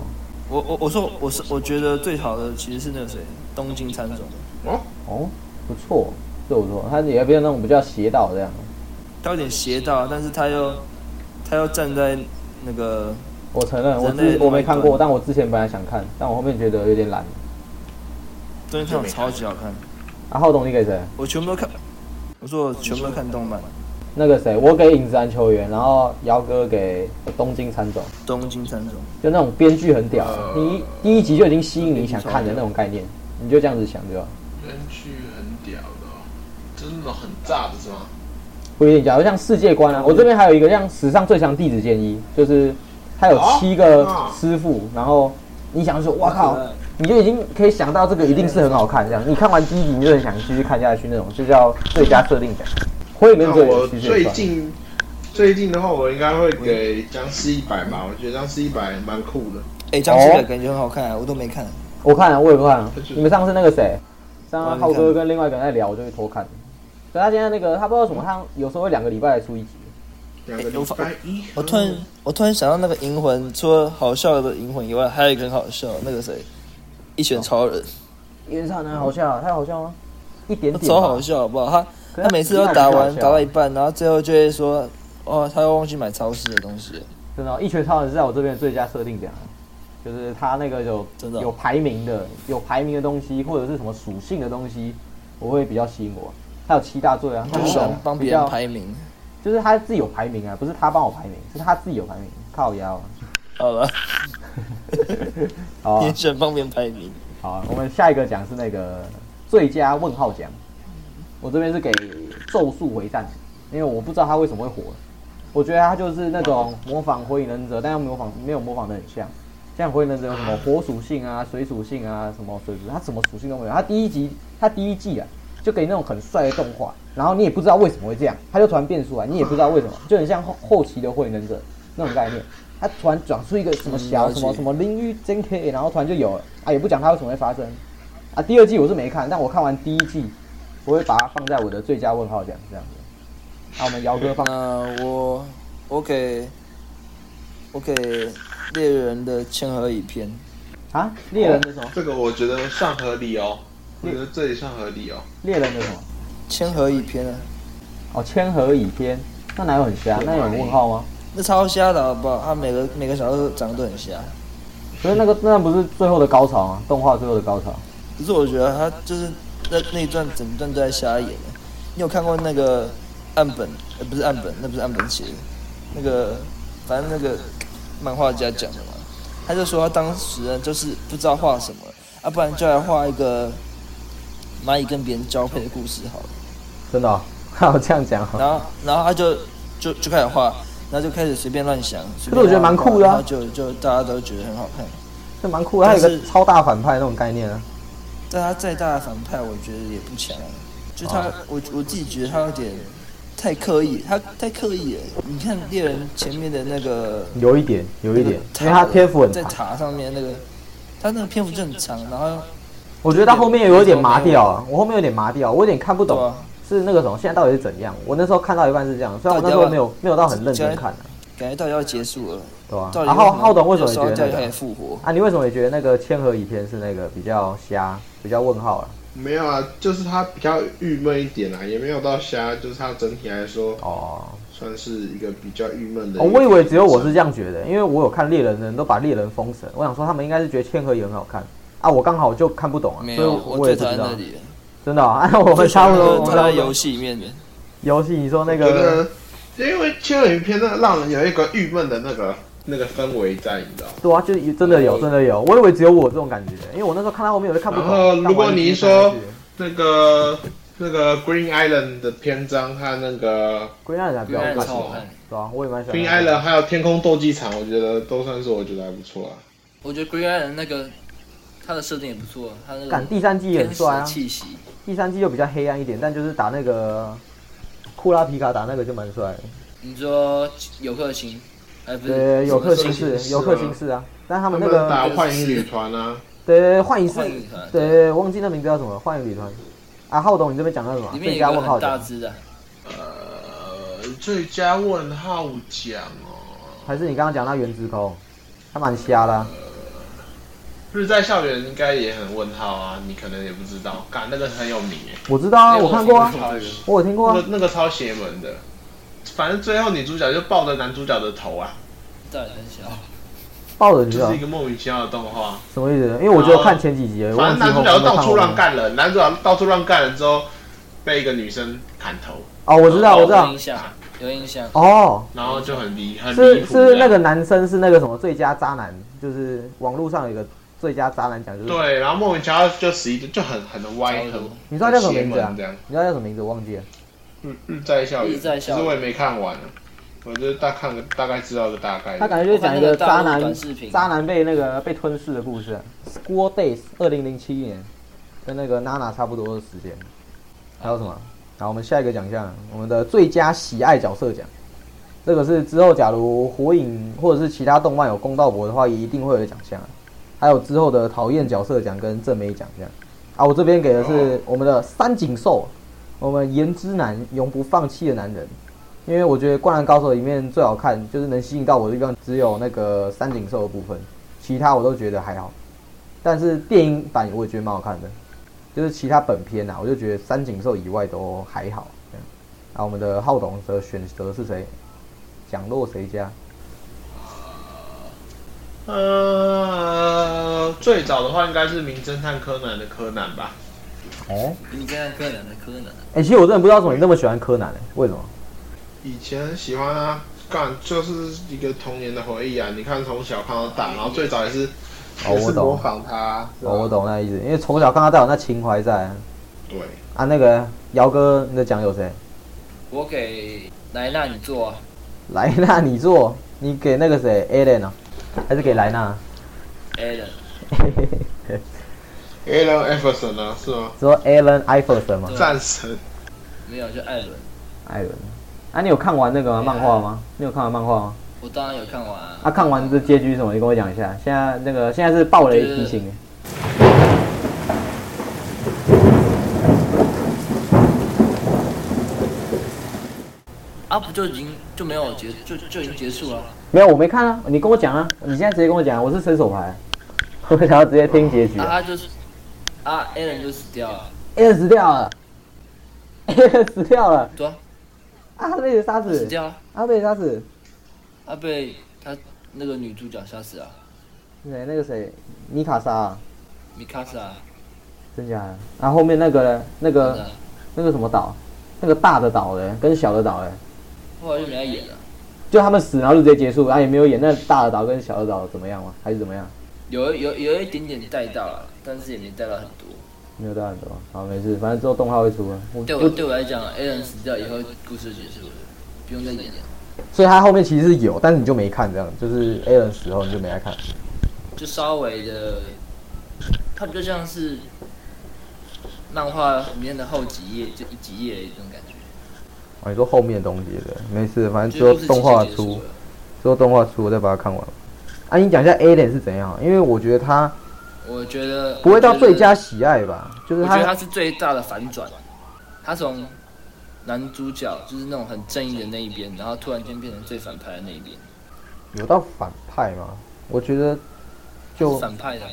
Speaker 2: 我我我说我是我觉得最好的其实是那个谁东京参种，
Speaker 3: 哦，
Speaker 1: 哦，不错，这不错。他也变那种比较邪道这样。
Speaker 2: 他有点邪道，但是他又他又站在那个
Speaker 1: 我承认，我
Speaker 2: 人类
Speaker 1: 之
Speaker 2: 的
Speaker 1: 我没看
Speaker 2: 另外
Speaker 1: 过，
Speaker 2: 一端
Speaker 1: 但我之前本来想看，但我后面觉得有点懒。
Speaker 2: 东京参种超级好看，
Speaker 1: 啊，浩东你给谁？
Speaker 2: 我全部都看，我说我全部都看动漫，
Speaker 1: 那个谁，我给影子篮球员，然后姚哥给东京参种，
Speaker 2: 东京参种。
Speaker 1: 就那种编剧很屌，
Speaker 3: 呃
Speaker 1: 你一第一集就已经吸引你想看的那种概念，你就这样子想对吧？
Speaker 3: 编剧很屌的、哦，真的很炸的是吗？
Speaker 1: 不一定。假如像世界观啊，我这边还有一个像史上最强弟子建议，就是他有七个师傅，然后你想说，哇
Speaker 2: 嗯
Speaker 1: 靠，你就已经可以想到这个一定是很好看，这样你看完第一集你就很想继续看下去那种，就叫最佳设定奖。火影忍
Speaker 3: 那
Speaker 1: 者
Speaker 3: 我
Speaker 1: 也其实也
Speaker 3: 最
Speaker 1: 算
Speaker 3: 近最近的话，我应该会给僵尸一百吧，我觉得僵尸一百蛮酷的。
Speaker 2: 哎，僵尸的感觉很好看啊，我都没看。
Speaker 1: 我看了，我也不看了
Speaker 3: 就是。
Speaker 1: 你们上次那个谁，上次浩
Speaker 2: 我还没
Speaker 1: 哥
Speaker 2: 看
Speaker 1: 跟另外一个人在聊，我就去偷看。所以他现在那个，他不知道为什么，他有时候会两个礼拜才出一集。
Speaker 3: 两个礼拜一，哦
Speaker 2: 我突然我突然想到那个银魂，除了好笑的银魂以外，还有一个很好笑，那个谁，一拳超人，
Speaker 1: 原唱呢？好笑啊，他好笑吗？一点
Speaker 2: 他
Speaker 1: 点吧。
Speaker 2: 超好笑，好不好？他
Speaker 1: 可是
Speaker 2: 他每次
Speaker 1: 真
Speaker 2: 都
Speaker 1: 的很
Speaker 2: 打
Speaker 1: 好
Speaker 2: 完
Speaker 1: 笑啊
Speaker 2: 打到一半，然后最后就会说，哦，他又忘记买超市的东西了。
Speaker 1: 真的哦、一拳超人是在我这边的最佳设定奖，就是他那个有
Speaker 2: 真的哦
Speaker 1: 有排名的，有排名的东西或者是什么属性的东西，我会比较吸引我。他有七大罪啊，他
Speaker 2: 很
Speaker 1: 那
Speaker 2: 爽
Speaker 1: 种，
Speaker 2: 帮
Speaker 1: 比
Speaker 2: 别人
Speaker 1: 较，
Speaker 2: 排名。
Speaker 1: 就是他自己有排名啊，不是他帮我排名，是他自己有排名，靠腰、啊。
Speaker 2: 好了，
Speaker 1: 好 啊、
Speaker 2: 你喜欢帮别人排名？
Speaker 1: 好啊、我们下一个奖是那个最佳问号奖，我这边是给《咒术回战》，因为我不知道他为什么会火，我觉得他就是那种模仿《火影忍者》，但又模仿没有模仿的很像，像《火影忍者》有什么火属性啊、水属性啊、什么水属，他什么属性都没有。他第一集，他第一季啊，就给那种很帅的动画，然后你也不知道为什么会这样，他就突然变出来，你也不知道为什么，就很像后后期的《火影忍者》那种概念。他突然转出一个什么
Speaker 2: 嗯了
Speaker 1: 小
Speaker 2: 解
Speaker 1: 什么什么淋浴 JK，然后突然就有了啊，也不讲它为什么会发生啊。第二季我是没看，但我看完第一季，我会把它放在我的最佳问号奖这样子。啊，我们姚哥放
Speaker 2: 那我我给我给猎人的千和乙篇，
Speaker 1: 啊，猎人的什么？
Speaker 3: 这个我觉得算合理哦，我觉得这里算合理哦。
Speaker 1: 猎人的什么？
Speaker 2: 千和乙篇啊，
Speaker 1: 哦，千和乙篇，那哪有很瞎？那有问号吗？
Speaker 2: 那超瞎的好不好？他每个每个小时长得都很瞎，
Speaker 1: 可是那个那不是最后的高潮吗？动画最后的高潮。
Speaker 2: 可是我觉得他就是那那一段整段都在瞎演的。你有看过那个岸本？呃，不是岸本，那不是岸本写的，那个反正那个漫画家讲的嘛，他就说他当时呢就是不知道画什么，啊，不然就来画一个蚂蚁跟别人交配的故事好了。
Speaker 1: 真的、 哦？我这样讲、哦，
Speaker 2: 然后然后他就就就开始画，然后就开始随便乱想。
Speaker 1: 可是我觉得蛮酷的啊
Speaker 2: 然后就就大家都觉得很好看。
Speaker 1: 这蛮酷的，它有
Speaker 2: 但
Speaker 1: 一
Speaker 2: 是
Speaker 1: 个超大反派那种概念啊。
Speaker 2: 但他再大的反派，我觉得也不强啊。就他，
Speaker 1: 哦
Speaker 2: 我我自己觉得他有点太刻意，他太刻意了。你看猎人前面的那个
Speaker 1: 有一点，有一点，因
Speaker 2: 那个塔
Speaker 1: 为它篇幅很
Speaker 2: 在
Speaker 1: 长，
Speaker 2: 塔上面那个，他那个篇幅就很长，然后
Speaker 1: 我觉得它后面有一点麻掉啊，我后面有点麻掉，我有点看不
Speaker 2: 对
Speaker 1: 懂
Speaker 2: 啊
Speaker 1: 是那个什么，现在到底是怎样？我那时候看到一半是这样，虽然我那时候没有没有到很认真看啊，
Speaker 2: 感觉到底要结束了。
Speaker 1: 对吧、
Speaker 2: 到底
Speaker 1: 啊然后浩董为什么
Speaker 2: 有
Speaker 1: 也觉得
Speaker 2: 时候叫
Speaker 1: 那
Speaker 2: 开始
Speaker 1: 个？
Speaker 2: 复活？
Speaker 1: 啊，你为什么也觉得那个千和乙篇是那个比较瞎，比较问号啊？
Speaker 3: 没有啊，就是它比较郁闷一点啊，也没有到瞎，就是它整体来说
Speaker 1: 哦，
Speaker 3: 算是一个比较郁闷的一
Speaker 1: 哦，
Speaker 3: 个。
Speaker 1: 我以为只有我是这样觉得，因为我有看猎人的人都把猎人封神，我想说他们应该是觉得千和也很好看啊，我刚好就看不懂啊，
Speaker 2: 没
Speaker 1: 所以
Speaker 2: 有，
Speaker 1: 我
Speaker 2: 我
Speaker 1: 也
Speaker 2: 最
Speaker 1: 不知
Speaker 2: 讨厌
Speaker 1: 道
Speaker 2: 那，里了。
Speaker 1: 真的啊， 我们差不多，我
Speaker 2: 我
Speaker 1: 们
Speaker 2: 最
Speaker 1: 差
Speaker 2: 讨
Speaker 1: 不
Speaker 2: 厌游
Speaker 1: 多。
Speaker 2: 戏里面的。
Speaker 1: 游戏你说那
Speaker 3: 我觉
Speaker 1: 个
Speaker 3: 得，因为《千与片那让人有一个郁闷的那个那个氛围在，你知道吗。
Speaker 1: 对啊，就是真的有，真的有，我以为只有我这种感觉，因为我那时候看到后面我就看不懂。
Speaker 3: 然后
Speaker 1: 看完
Speaker 3: 如果你一
Speaker 1: 直接看下
Speaker 3: 说
Speaker 1: 去
Speaker 3: 那个那个 Green Island 的篇章和那个
Speaker 1: Green Island 还比较
Speaker 3: 我 Green
Speaker 1: 好
Speaker 3: Island
Speaker 1: 看，
Speaker 3: 超好看
Speaker 1: 对啊，我也蛮喜欢
Speaker 3: Green
Speaker 1: 看的
Speaker 3: Island 还有天空斗技场，我觉得都算是我觉得还不错啊。
Speaker 4: 我觉得 Green Island 那个他的设定也不错，他那
Speaker 1: 干
Speaker 4: 个
Speaker 1: 第三季也
Speaker 4: 天
Speaker 1: 很
Speaker 4: 使
Speaker 1: 帅
Speaker 4: 的
Speaker 1: 啊，
Speaker 4: 气息，
Speaker 1: 第三季又比较黑暗一点，但就是打那个库拉皮卡打那个就蛮帅的。
Speaker 4: 你说有克星，哎不
Speaker 1: 对，
Speaker 4: 是
Speaker 1: 有克星
Speaker 3: 什么
Speaker 1: 是
Speaker 3: 什么
Speaker 1: 有克
Speaker 3: 形式
Speaker 1: 星是
Speaker 3: 啊
Speaker 1: 啊，但他
Speaker 3: 他
Speaker 1: 们那
Speaker 3: 们
Speaker 1: 个
Speaker 3: 打幻影旅团啊，
Speaker 1: 对，幻影是
Speaker 4: 幻影旅团，
Speaker 1: 对，忘记那名字叫什么，幻影旅团。啊，浩董，你这边讲到什么啊？
Speaker 4: 里面
Speaker 1: 最
Speaker 4: 有
Speaker 1: 佳
Speaker 4: 一个
Speaker 1: 问号
Speaker 4: 很大
Speaker 1: 奖，
Speaker 4: 只的，
Speaker 3: 呃，最佳问号奖哦，
Speaker 1: 还是你刚刚讲到原子空，他蛮瞎啦、
Speaker 3: 日在校园应该也很问号啊，你可能也不知道，干那个很有名耶，
Speaker 1: 我知道啊，
Speaker 4: 哎
Speaker 1: 我看过啊
Speaker 4: 我，
Speaker 3: 超
Speaker 1: 我有听过
Speaker 3: 那
Speaker 1: 啊
Speaker 3: 个。那个超邪门的，反正最后女主角就抱着男主角的头啊，
Speaker 4: 到底很小，
Speaker 1: 啊抱着你知
Speaker 3: 就
Speaker 1: 道
Speaker 3: 是一个莫名其妙的动画。
Speaker 1: 什么意思？因为我只有看前几集而已，
Speaker 3: 反
Speaker 1: 忘
Speaker 3: 正
Speaker 1: 记
Speaker 3: 男
Speaker 1: 后
Speaker 3: 主
Speaker 1: 面有
Speaker 3: 角
Speaker 1: 没有看
Speaker 3: 到处
Speaker 1: 过
Speaker 3: 乱干人，男主角到处乱干人之后，被一个女生砍头，
Speaker 1: 哦，我知道，我
Speaker 4: 有
Speaker 1: 知道
Speaker 4: 印。象，有印象，
Speaker 1: 哦，
Speaker 3: 然后就很离很离
Speaker 1: 是
Speaker 3: 谱这样。
Speaker 1: 是那个男生是那个什么最佳渣男，就是网络上有一个最佳渣男奖，就是
Speaker 3: 对，然后莫名其妙就死一就很很歪
Speaker 4: 超
Speaker 3: 很
Speaker 4: 多，
Speaker 1: 你知道叫什么
Speaker 3: 很邪
Speaker 1: 名字啊
Speaker 3: 门这样
Speaker 1: 你知道叫什么名字？我忘记了。
Speaker 3: 日日在校园，
Speaker 2: 日在校园
Speaker 3: 其实我也没看完，啊我就是大看个大概知道个大概。
Speaker 1: 他感觉就是讲一个渣
Speaker 2: 我看那个大
Speaker 1: 男
Speaker 2: 陆短视频
Speaker 1: 渣男被那个被吞噬的故事、啊。School Days 二零零七年，跟那个娜娜差不多的时间。还有什么？好，我们下一个奖项，我们的最佳喜爱角色奖。这个是之后假如火影或者是其他动漫有公道博的话，也一定会有奖项啊。还有之后的讨厌角色奖跟正美奖项。啊，我这边给的是我们的三井寿，我们言之男，永不放弃的男人。因为我觉得《灌篮高手》里面最好看，就是能吸引到我的地方只有那个三井寿的部分，其他我都觉得还好。但是电影版我也觉得蛮好看的，就是其他本片啊，我就觉得三井寿以外都还好。这样，啊，我们的浩董的选择是谁？奖落谁家？
Speaker 3: 呃，最早的话应该是《名侦探柯南》的柯南吧，
Speaker 1: 哦，
Speaker 2: 你这样柯南的柯南，啊
Speaker 1: 哎、其实我真的不知道为什么你那么喜欢柯南、欸，为什么？
Speaker 3: 以前很喜欢啊，干就是一个童年的回忆啊。你看从小看到大，然后最早也是
Speaker 1: 哦
Speaker 3: 也是
Speaker 1: 我懂
Speaker 3: 模仿他啊，
Speaker 1: 哦，我懂那意思，因为从小看到大有那情怀在啊。
Speaker 3: 对，
Speaker 1: 啊那个姚哥，你的奖有谁？
Speaker 2: 我给莱纳你做啊，
Speaker 1: 莱纳，你做，你给那个谁 Allen 啊，还是给莱纳？
Speaker 2: a l a n
Speaker 1: 嘿嘿嘿
Speaker 3: Alan Iverson 啊，是吗？
Speaker 1: 说 Allen Iverson 吗？
Speaker 2: 对
Speaker 3: 战神，
Speaker 2: 没有就艾伦，
Speaker 1: 艾伦。啊，你有看完那个吗
Speaker 2: 对
Speaker 1: 漫画吗？你有看完漫画吗？
Speaker 2: 我当然有看完啊。
Speaker 1: 啊，看完这结局是什么？你跟我讲一下。现在那个现在是暴雷提醒。
Speaker 2: 啊，不就已经就没有结就就已经结束了？
Speaker 1: 没有，我没看啊，你跟我讲啊，你现在直接跟我讲，我是伸手牌，啊 我想要直接听结局
Speaker 2: 啊，
Speaker 1: 啊。
Speaker 2: 他就是啊 a l a n 就死掉了，
Speaker 1: Allen 死掉了，Allen 死掉了
Speaker 2: 对啊，
Speaker 1: 啊，他被谁杀
Speaker 2: 死
Speaker 1: 死？
Speaker 2: 掉了，
Speaker 1: 啊，被谁杀死？
Speaker 2: 他被他那个女主角杀死啊，
Speaker 1: 谁？那个谁，妮卡莎啊，
Speaker 2: 米卡啊莎，
Speaker 1: 真假的？啊，后面那个呢？那
Speaker 2: 真
Speaker 1: 个
Speaker 2: 的，
Speaker 1: 那个什么岛，那个大的岛嘞，跟小的岛嘞，
Speaker 2: 后来就没来演了。
Speaker 1: 就他们死，然后就直接结束，啊，也没有演那大的岛跟小的岛怎么样吗？还是怎么样？
Speaker 2: 有有有一点点带到了，但是也没带到很多。
Speaker 1: 没有到很多，好，没事，反正之后动画会出啊。我
Speaker 2: 对
Speaker 1: 我
Speaker 2: 我对我来讲 a l a n 死掉以后，故事就结束了，不用再演了，
Speaker 1: 所以他后面其实是有，但是你就没看，这样就是 a l a n 死后你就没来看。
Speaker 2: 就稍微的，它不就像是漫画里面的后几页，就一几页这种感觉。
Speaker 1: 哦，你说后面的东西对，没事，反正之
Speaker 2: 就
Speaker 1: 后
Speaker 2: 是故事
Speaker 1: 动画
Speaker 2: 结束
Speaker 1: 出
Speaker 2: 了，
Speaker 1: 之后动画出我再把它看完。啊，你讲一下 a l a n 是怎样？啊因为我觉得他
Speaker 2: 我觉得
Speaker 1: 不会到最佳，喜爱吧，就
Speaker 2: 我
Speaker 1: 是
Speaker 2: 觉得我觉得
Speaker 1: 他
Speaker 2: 它是最大的反转。他从男主角就是那种很正义的那一边，然后突然间变成最反派的那一边，
Speaker 1: 有到反派嘛？我觉得就是
Speaker 2: 反派的，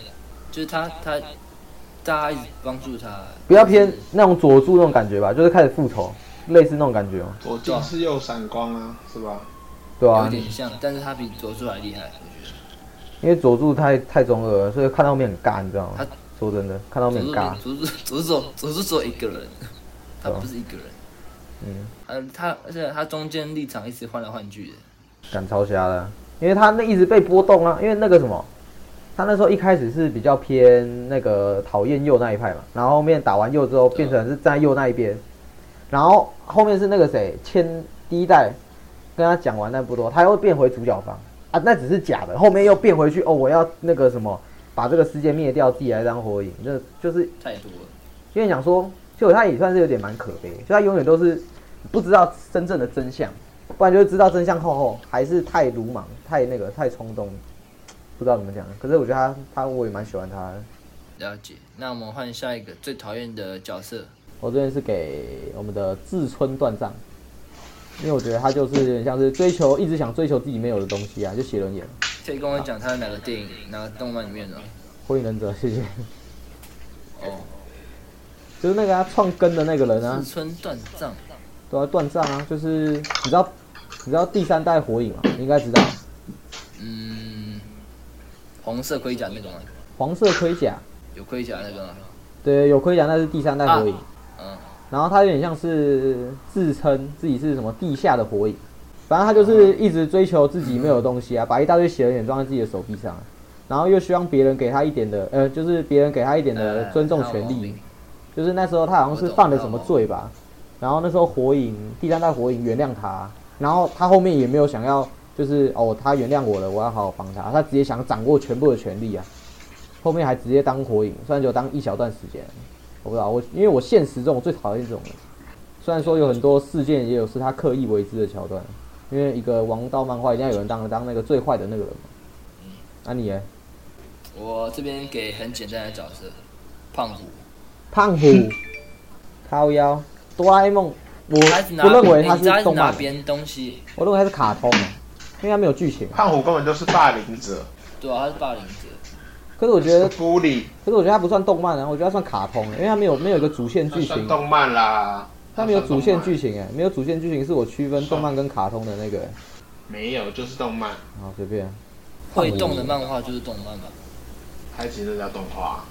Speaker 2: 就是他他大家一直帮助他，
Speaker 1: 比较偏那种佐助那种感觉吧，就是开始复仇，类似那种感觉嘛，
Speaker 3: 左近是右闪光啊，是吧？
Speaker 1: 对
Speaker 2: 有
Speaker 1: 啊，
Speaker 2: 点像，但是他比佐助还厉害，我觉得。
Speaker 1: 因为佐助太太中二了，所以看到面很尬，你知道吗
Speaker 2: 他？
Speaker 1: 说真的，看到面很尬，
Speaker 2: 佐助佐助佐助只有一个人，他
Speaker 1: 对啊
Speaker 2: 不是一个人，
Speaker 1: 嗯，
Speaker 2: 他他而且他中间立场一直换来换去的，
Speaker 1: 赶超瞎了，因为他那一直被波动啊，因为那个什么，他那时候一开始是比较偏那个讨厌右那一派嘛，然后后面打完右之后
Speaker 2: 对啊
Speaker 1: 变成是站在右那一边，然后后面是那个谁千第一代跟他讲完那不多，他又变回主角方啊，那只是假的，后面又变回去哦，我要那个什么。把这个世界灭掉，自己来当火影，这就是
Speaker 2: 太多了。
Speaker 1: 因为想说，就他也算是有点蛮可悲，就他永远都是不知道真正的真相，不然就是知道真相后后还是太鲁莽、太那个、太冲动，不知道怎么讲。可是我觉得他他我也蛮喜欢他的。
Speaker 2: 了解，那我们换下一个最讨厌的角色，
Speaker 1: 我这边是给我们的志村断丈，因为我觉得他就是有点像是追求一直想追求自己没有的东西啊，就写轮眼。
Speaker 2: 可以跟我讲他哪个电影、哪个动漫里面哦的？
Speaker 1: 火影忍者，谢谢。
Speaker 2: 哦，
Speaker 1: 就是那个他创根的那个人啊
Speaker 2: 四，川断藏，
Speaker 1: 对啊，断丈啊，就是你知道你知道第三代火影嘛，你应该知道
Speaker 2: 嗯，红色盔甲那个吗？
Speaker 1: 黄色盔甲，
Speaker 2: 有盔甲那个吗？
Speaker 1: 对，有盔甲那是第三代火影，
Speaker 2: 啊嗯，
Speaker 1: 然后他有点像是自称自己是什么地下的火影，反正他就是一直追求自己没有的东西啊，把一大堆血人眼装在自己的手臂上，啊然后又希望别人给他一点的，呃，就是别人给他一点的
Speaker 2: 呃
Speaker 1: 尊重
Speaker 2: 他有
Speaker 1: 权
Speaker 2: 毛
Speaker 1: 利
Speaker 2: 病，
Speaker 1: 就是那时候他好像是犯了什么罪吧，然后那时候火影第三代火影原谅他，然后他后面也没有想要就是哦他原谅我了，我要好好帮他，他直接想掌握全部的权利啊。后面还直接当火影，虽然就当一小段时间，我不知道我因为我现实中我最讨厌这种人。虽然说有很多事件也有是他刻意为之的桥段，因为一个王道漫画一定要有人当当那个最坏的那个人嘛。那、你耶
Speaker 2: 我这边给很简单的角色，胖虎。
Speaker 1: 胖虎、靠腰、哆啦 A 梦，我
Speaker 2: 他是拿
Speaker 1: 不认为它
Speaker 2: 你知道
Speaker 1: 是动
Speaker 2: 哪
Speaker 1: 漫，
Speaker 2: 边东西？
Speaker 1: 我认为它是卡通，啊因为它没有剧情。啊
Speaker 3: 胖虎根本就是霸凌者，
Speaker 2: 对啊，他是霸凌者。
Speaker 1: 可是我觉得，
Speaker 3: 孤立，
Speaker 1: 可是我觉得它不算动漫啊，我觉得它算卡通，因为它没有没有一个主线
Speaker 3: 他
Speaker 1: 剧
Speaker 3: 算
Speaker 1: 情，
Speaker 3: 动漫啦。
Speaker 1: 它没有主线剧
Speaker 3: 情，
Speaker 1: 情哎，没有主线剧情是我区分动漫跟卡通的那个哎。
Speaker 3: 没有，就是动漫。
Speaker 1: 好，随便。
Speaker 2: 会动的漫画就是动漫嘛，
Speaker 3: 开启那叫动画，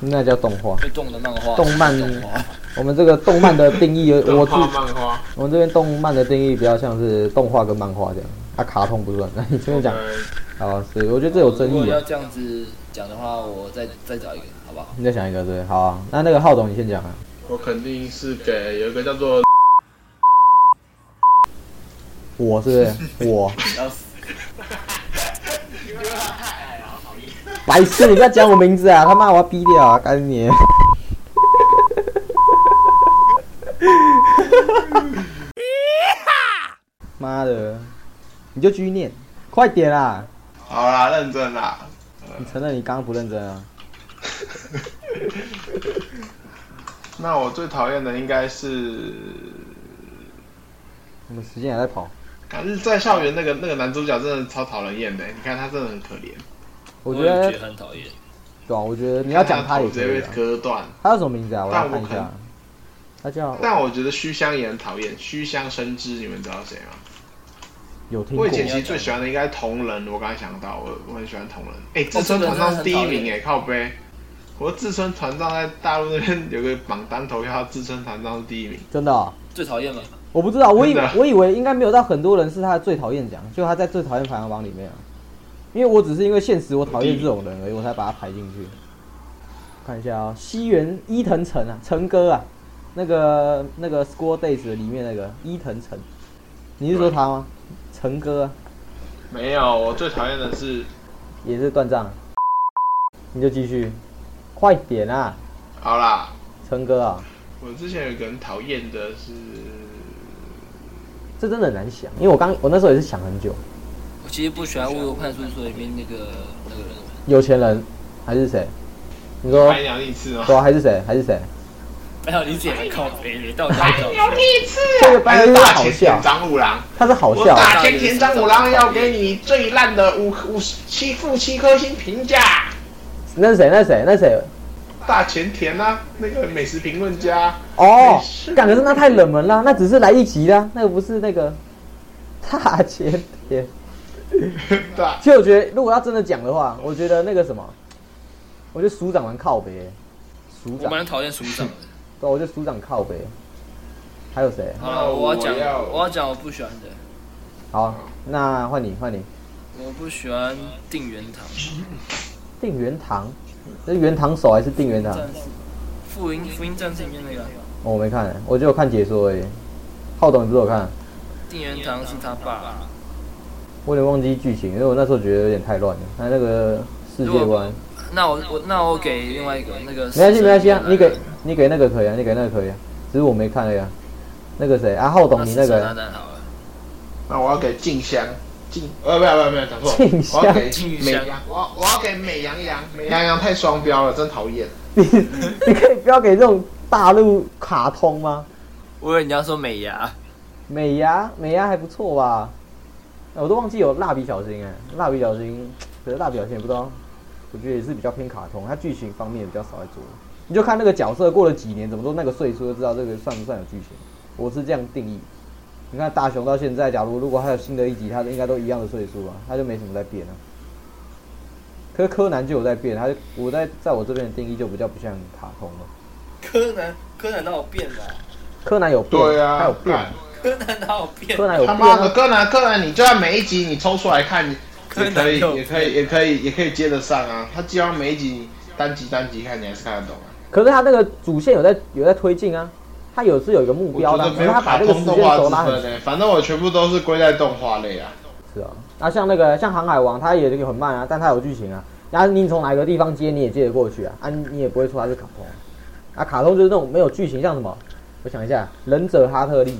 Speaker 1: 那叫动画。
Speaker 2: 会动的漫画。
Speaker 1: 动 漫
Speaker 2: 动画。
Speaker 1: 我们这个动漫的定义，我
Speaker 3: 动
Speaker 1: 自
Speaker 3: 画漫画。
Speaker 1: 我们这边动漫的定义比较像是动画跟漫画这样，啊，卡通不算。那你这边讲，
Speaker 3: 对
Speaker 1: 好，是我觉得这有争
Speaker 2: 如果
Speaker 1: 议
Speaker 2: 要
Speaker 1: 啊。
Speaker 2: 这样子讲的话，我再再找一个，好不好？
Speaker 1: 你再想一个，对，好啊。那那个浩总你先讲啊。
Speaker 3: 我肯定是给有一个叫做
Speaker 1: 我是 不是我
Speaker 2: 要死！
Speaker 1: 白痴，你不要讲我名字啊！他妈我要逼掉啊！干你！ 妈的，你就继续念，快点啦！
Speaker 3: 好啦，认真 啦。
Speaker 1: 你承认你刚刚不认真啊？
Speaker 3: 那我最讨厌的应该是
Speaker 1: 我们时间还在跑，
Speaker 3: 反正在校园那个那个男主角真的超讨人厌的，你看他真的很可怜。
Speaker 1: 我觉
Speaker 2: 也
Speaker 1: 得
Speaker 2: 觉得很讨厌。
Speaker 1: 对啊，我觉得你要讲他也
Speaker 3: 头
Speaker 1: 可
Speaker 3: 直接
Speaker 1: 以
Speaker 3: 被
Speaker 1: 啊。
Speaker 3: 割断。
Speaker 1: 他叫什么名字啊？我来
Speaker 3: 但我
Speaker 1: 看一下
Speaker 3: 看。
Speaker 1: 他叫
Speaker 3: 但我觉得须香也很讨厌，须香生枝，你们知道谁吗？
Speaker 1: 有听
Speaker 3: 我
Speaker 1: 过
Speaker 3: 以，前其实最喜欢的应该是同人，我刚才想到，我我很喜欢同人。哎、志
Speaker 2: 这
Speaker 3: 村
Speaker 2: 个
Speaker 3: 团
Speaker 2: 真
Speaker 3: 上是
Speaker 2: 的很
Speaker 3: 第一
Speaker 2: 讨
Speaker 3: 名
Speaker 2: 厌
Speaker 3: 哎、靠背。我说志村团长在大陆那边有个榜单投票，志村团长是第一名。
Speaker 1: 真的哦、
Speaker 2: 最讨厌嘛，
Speaker 1: 我不知道，我以
Speaker 3: 真的
Speaker 1: 我以为应该没有到很多人是他的最讨厌奖，就他在最讨厌排行榜里面啊。因为我只是因为现实我讨厌这种人而已，我才把他排进去。看一下啊、西园伊藤诚啊，诚哥啊，那个那个 School Days 里面那个伊藤诚，你是说他吗？诚哥、啊、
Speaker 3: 没有，我最讨厌的是
Speaker 1: 也是断账，你就继续，快点啊，
Speaker 3: 好啦，
Speaker 1: 诚哥啊，
Speaker 3: 我之前有一个很讨厌的是，
Speaker 1: 这真的很难想，因为我刚我那时候也是想很久，
Speaker 2: 我其实不喜欢《乌有派出所》里面那个那个人，
Speaker 1: 有钱人还是谁？你说
Speaker 3: 白鸟逆次哦，
Speaker 1: 对啊，还是谁？还是谁？
Speaker 2: 没有理解很靠北，你到底要讲什么？
Speaker 1: 这个
Speaker 3: 白
Speaker 1: 白痴是
Speaker 3: 鸟大
Speaker 1: 好
Speaker 3: 前田
Speaker 1: 笑，
Speaker 3: 张五郎，
Speaker 1: 他是好
Speaker 3: 我
Speaker 1: 笑，
Speaker 3: 大前田张五郎要给你最烂的五五十七负七颗星评价。
Speaker 1: 那是谁？那是谁？那是谁？
Speaker 3: 大前田啊，那个美食评论家，
Speaker 1: 哦
Speaker 3: 没，事
Speaker 1: 感觉是那太冷门啦，那只是来一集啦，那个不是那个 大前天。
Speaker 3: 对啊，
Speaker 1: 其实我觉得，如果要真的讲的话，我觉得那个什么，我觉得署长蛮靠北欸，署
Speaker 2: 我
Speaker 1: 长，
Speaker 2: 蛮讨厌署长的。
Speaker 1: 对，我觉得署长靠北。还有谁？
Speaker 2: 好了，我要讲
Speaker 3: 我要，
Speaker 2: 我要讲我不喜欢的，
Speaker 1: 好，那换你，换你。
Speaker 2: 我不喜欢定元堂
Speaker 1: 定元堂，这是元堂手还是定元堂？
Speaker 2: 战士，复音复音战士里面那个啊
Speaker 1: 哦我没看欸，我就有看解说而已。浩董，你不是有看？
Speaker 2: 定元堂是他爸。
Speaker 1: 我有点忘记剧情，因为我那时候觉得有点太乱了。他那个世界
Speaker 2: 如果
Speaker 1: 观，
Speaker 2: 那我我那我给另外一个那个
Speaker 1: 没关系，没关系啊，你给
Speaker 2: 死神
Speaker 1: 你给那个可以啊，你给那个可以啊，只是我没看了呀。那个谁啊，浩董，你那
Speaker 2: 死神
Speaker 1: 个
Speaker 2: 男男好了，
Speaker 3: 那我要给静香，静，呃，不要不要不要，讲错，
Speaker 1: 静香
Speaker 3: 我要给
Speaker 2: 静
Speaker 3: 美
Speaker 2: 香
Speaker 3: 羊，我要我要给美羊羊，美羊羊太双标了，真讨厌。
Speaker 1: 你 你可以不要给这种大陆卡通吗？
Speaker 2: 我以为你要说美牙，
Speaker 1: 美伢美伢还不错吧？哎我都忘记有蜡笔小新哎、蜡笔小新，可是蜡笔小新也不知道，我觉得也是比较偏卡通，它剧情方面比较少在做。你就看那个角色过了几年，怎么都那个岁数，就知道这个算不算有剧情。我是这样定义。你看大雄到现在，假如如果还有新的一集，他应该都一样的岁数啊，他就没什么在变了、可是柯南就有在变，他就我在在我这边的定义就比较不像卡通了。
Speaker 2: 柯南柯南哪有变的？
Speaker 1: 柯南有变，
Speaker 3: 对
Speaker 1: 他有
Speaker 3: 啊，
Speaker 1: 变，
Speaker 2: 柯南哪有变
Speaker 1: 柯南有
Speaker 3: 他
Speaker 1: 变、
Speaker 3: 妈的
Speaker 1: 啊。
Speaker 3: 柯南柯南，你就算每一集你抽出来看，你
Speaker 2: 柯
Speaker 3: 也可
Speaker 2: 南
Speaker 3: 以
Speaker 2: 有
Speaker 3: 也可以也可以也可以接得上啊。他基本上每一集你单集单集看，你还是看得懂啊。
Speaker 1: 可是他那个主线有在有在推进啊，他有是有一个目
Speaker 3: 我
Speaker 1: 标
Speaker 3: 觉
Speaker 1: 的，
Speaker 3: 得
Speaker 1: 可
Speaker 3: 没
Speaker 1: 是
Speaker 3: 有
Speaker 1: 他把
Speaker 3: 卡
Speaker 1: 这个时
Speaker 3: 通
Speaker 1: 间
Speaker 3: 动画
Speaker 1: 轴
Speaker 3: 之
Speaker 1: 拉很
Speaker 3: 分诶、反正我全部都是归在动画类啊。
Speaker 1: 是啊，那像那个像航海王，它也这个很慢啊，但它有剧情啊。然后你从哪个地方接，你也接得过去啊，啊，你也不会说它是卡通。啊，卡通就是那种没有剧情，像什么？我想一下，忍者哈特利，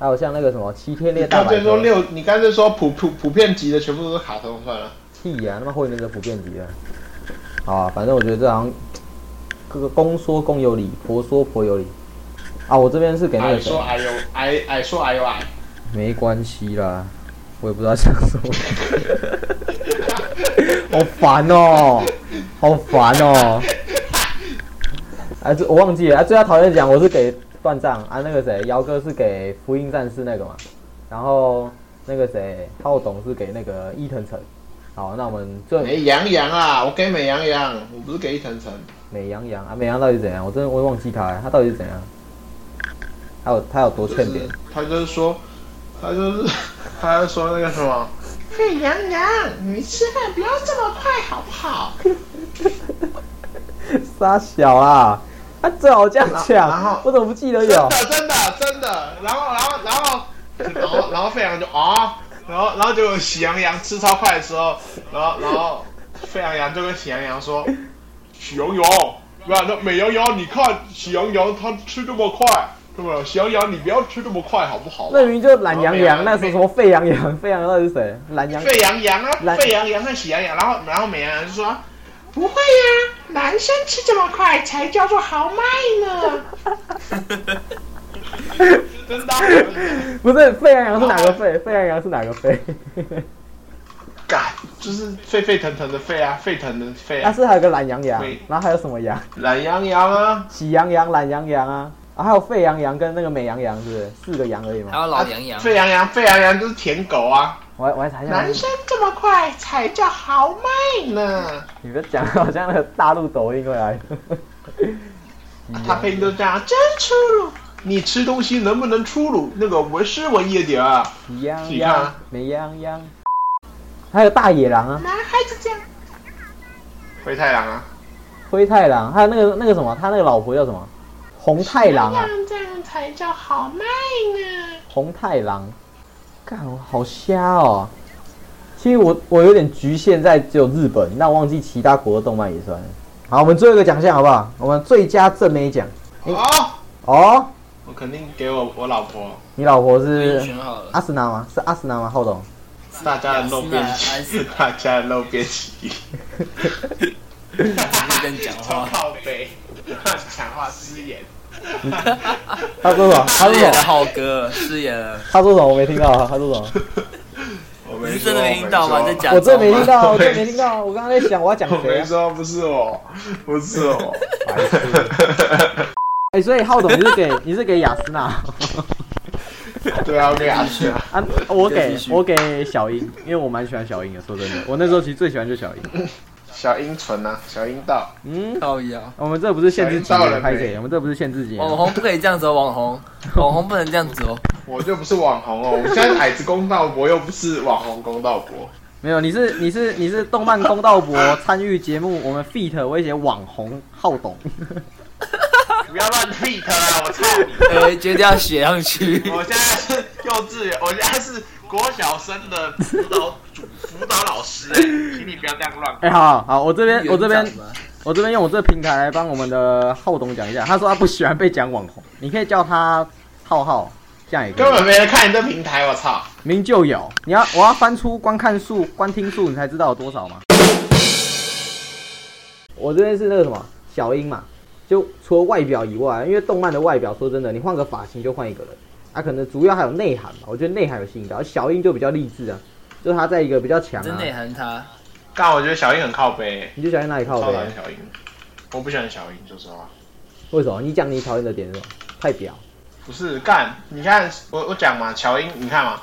Speaker 1: 还有像那个什么齐天
Speaker 3: 你
Speaker 1: 烈大
Speaker 3: 干脆
Speaker 1: 百
Speaker 3: 说
Speaker 1: 科，
Speaker 3: 六，你干脆说普普普遍级的全部都是卡通算了。
Speaker 1: 屁呀、啊，他妈会那个普遍级的。好啊，反正我觉得这好像各个公说公有理，婆说婆有理。啊，我这边是给那
Speaker 3: 矮
Speaker 1: 个谁
Speaker 3: 说，矮有矮矮哎说矮有矮，
Speaker 1: 没关系啦，我也不知道想什么， 好烦哦、好烦哦、啊，这我忘记了，啊，最要讨厌讲我是给断账啊，那个谁，姚哥是给福音战士那个嘛，然后那个谁，浩董是给那个伊藤诚。好，那我们最
Speaker 3: 美羊羊啊，我给美羊羊，我不是给一层层。
Speaker 1: 美羊羊啊，美羊到底是怎样？我真的我忘记他了，他到底是怎样？还有他有多
Speaker 3: 就
Speaker 1: 欠扁
Speaker 3: 是？他就是说，他就是 他就说那个什么，美羊羊，你吃饭不要这么快好不好？
Speaker 1: 傻小啊！他最好这样讲，
Speaker 3: 然后
Speaker 1: 我怎么不记得
Speaker 3: 真
Speaker 1: 有
Speaker 3: 的？真的真的，然后然后然后然后然后沸羊就啊，然后然后结果喜羊羊吃超快的时候，然后然后沸羊羊就跟喜羊羊说，喜羊羊，那那美羊羊，你看喜羊羊它吃这么快，对吧？喜羊羊你不要吃这么快好不好啊？
Speaker 1: 那明明就是懒羊羊，
Speaker 3: 然
Speaker 1: 那
Speaker 3: 后
Speaker 1: 是
Speaker 3: 美
Speaker 1: 什么沸羊羊？沸羊羊到底是谁？懒羊
Speaker 3: 沸羊羊啊，
Speaker 1: 来
Speaker 3: 沸羊羊和喜羊羊，然后然后美羊羊就说。不会呀、男生吃这么快才叫做豪迈呢。 真的啊，
Speaker 1: 不是沸羊羊是哪个沸？沸羊羊是哪个沸？
Speaker 3: 干，就是沸沸腾腾的沸啊，沸腾的沸
Speaker 1: 那
Speaker 3: 啊，
Speaker 1: 是还有个懒羊羊
Speaker 3: 对，
Speaker 1: 然后还有什么羊？
Speaker 3: 懒羊羊啊，
Speaker 1: 喜羊羊、懒羊羊啊，啊还有沸羊羊跟那个美羊羊，是不是四个羊而已
Speaker 2: 还
Speaker 1: 嘛？
Speaker 2: 有老羊羊，
Speaker 3: 沸羊羊，沸羊羊就是舔狗啊。
Speaker 1: 我还我还查
Speaker 2: 嗯
Speaker 1: 一下，
Speaker 3: 男生这么快才叫豪迈呢。
Speaker 1: 你别讲，好像那个大陆抖音会来。
Speaker 2: 嗯
Speaker 3: 啊 他配音都这样，真粗鲁。你吃东西能不能粗鲁？那个文斯文一点啊。
Speaker 1: 喜羊
Speaker 3: 你看
Speaker 1: 羊
Speaker 3: 啊、
Speaker 1: 美羊羊，还有大野狼啊、
Speaker 3: 男孩子这样。灰太狼啊，
Speaker 1: 灰太狼，还有那个那个什么，他那个老婆叫什么？红太狼啊。
Speaker 3: 这样才叫豪迈呢。
Speaker 1: 红太狼，干我好瞎哦！其实我我有点局限在只有日本，那我忘记其他国的动漫也算了。好，我们最后一个奖项好不好？我们最佳正美奖
Speaker 2: 嗯
Speaker 3: 哦，
Speaker 1: 哦，
Speaker 3: 我肯定给我我老婆，
Speaker 1: 你老婆
Speaker 2: 我已经
Speaker 1: 是
Speaker 2: 选好了。
Speaker 1: 阿斯纳吗？是阿斯纳吗？浩董，
Speaker 3: 大家的肉变
Speaker 2: 安
Speaker 3: 形
Speaker 2: 斯，
Speaker 3: 大家的肉变 形。
Speaker 2: 是跟你讲话
Speaker 3: 靠背， 讲话失 言。
Speaker 1: 他说什么？他说
Speaker 2: 饰
Speaker 1: 什
Speaker 2: 演了
Speaker 1: 么？
Speaker 2: 浩哥，饰演了，
Speaker 1: 他说什么？我没听到啊，他说什么？
Speaker 3: 我
Speaker 2: 你
Speaker 3: 没
Speaker 2: 是
Speaker 3: 说
Speaker 2: 真的没听到吗？你在假
Speaker 1: 我
Speaker 2: 装
Speaker 1: 真
Speaker 2: 吗
Speaker 1: 的没听到，我真的没听到。我刚刚在想我要讲
Speaker 3: 我
Speaker 1: 谁
Speaker 3: 没
Speaker 1: 啊？
Speaker 3: 说，不是我，不是我。
Speaker 1: 哎、所以浩董你是给你是给雅斯纳
Speaker 3: 对啊，我给阿信啊。
Speaker 1: 啊？我给
Speaker 2: 继续
Speaker 1: 我给小樱，因为我蛮喜欢小樱的。说真的，我那时候其实最喜欢就是小樱。
Speaker 3: 小樱唇啊，小樱道。
Speaker 1: 嗯，
Speaker 2: 靠腰。
Speaker 1: 我们这不是限制级
Speaker 3: 到了
Speaker 1: 的
Speaker 3: 没
Speaker 1: 拍谁？我们这不是限制级的。
Speaker 2: 网红不可以这样子哦，网红，网红不能这样子哦。
Speaker 3: 我就不是网红 哦，我现在是矮子公道博，又不是网红公道博。
Speaker 1: 没有，你是你是你是动漫公道博参与节目，我们 feat 威胁网红浩董。
Speaker 3: 不要乱 tweet 啊！我操你！
Speaker 2: 呃，绝对要写上去。
Speaker 3: 我现在是幼稚园，我现在是国小生的辅导主辅导老 师，请你不要这样乱。
Speaker 1: 哎、好好，我这边我这边
Speaker 2: 园长吧
Speaker 1: 我这边用我这个平台来帮我们的浩董讲一下，他说他不喜欢被讲网红，你可以叫他浩浩，这样也可
Speaker 3: 根
Speaker 1: 以。
Speaker 3: 本没人看你这平台，我操！
Speaker 1: 明就有，你要我要翻出观看数、观听数，你才知道有多少吗？我这边是那个什么小樱嘛，就除了外表以外，因为动漫的外表，说真的，你换个发型就换一个人，啊，可能主要还有内涵吧。我觉得内涵有吸引到，小樱就比较励志啊，就是她在一个比较强
Speaker 2: 真
Speaker 1: 啊，
Speaker 2: 内涵他，
Speaker 3: 但我觉得小樱很靠背，
Speaker 1: 你就小樱哪里靠
Speaker 3: 超
Speaker 1: 北
Speaker 3: 讨
Speaker 1: 啊
Speaker 3: 厌？小樱。我不喜欢小樱，说实话。
Speaker 1: 为什么？你讲你讨厌的点是什么？太表，
Speaker 3: 不是干，你看我我讲嘛，小樱，你看嘛，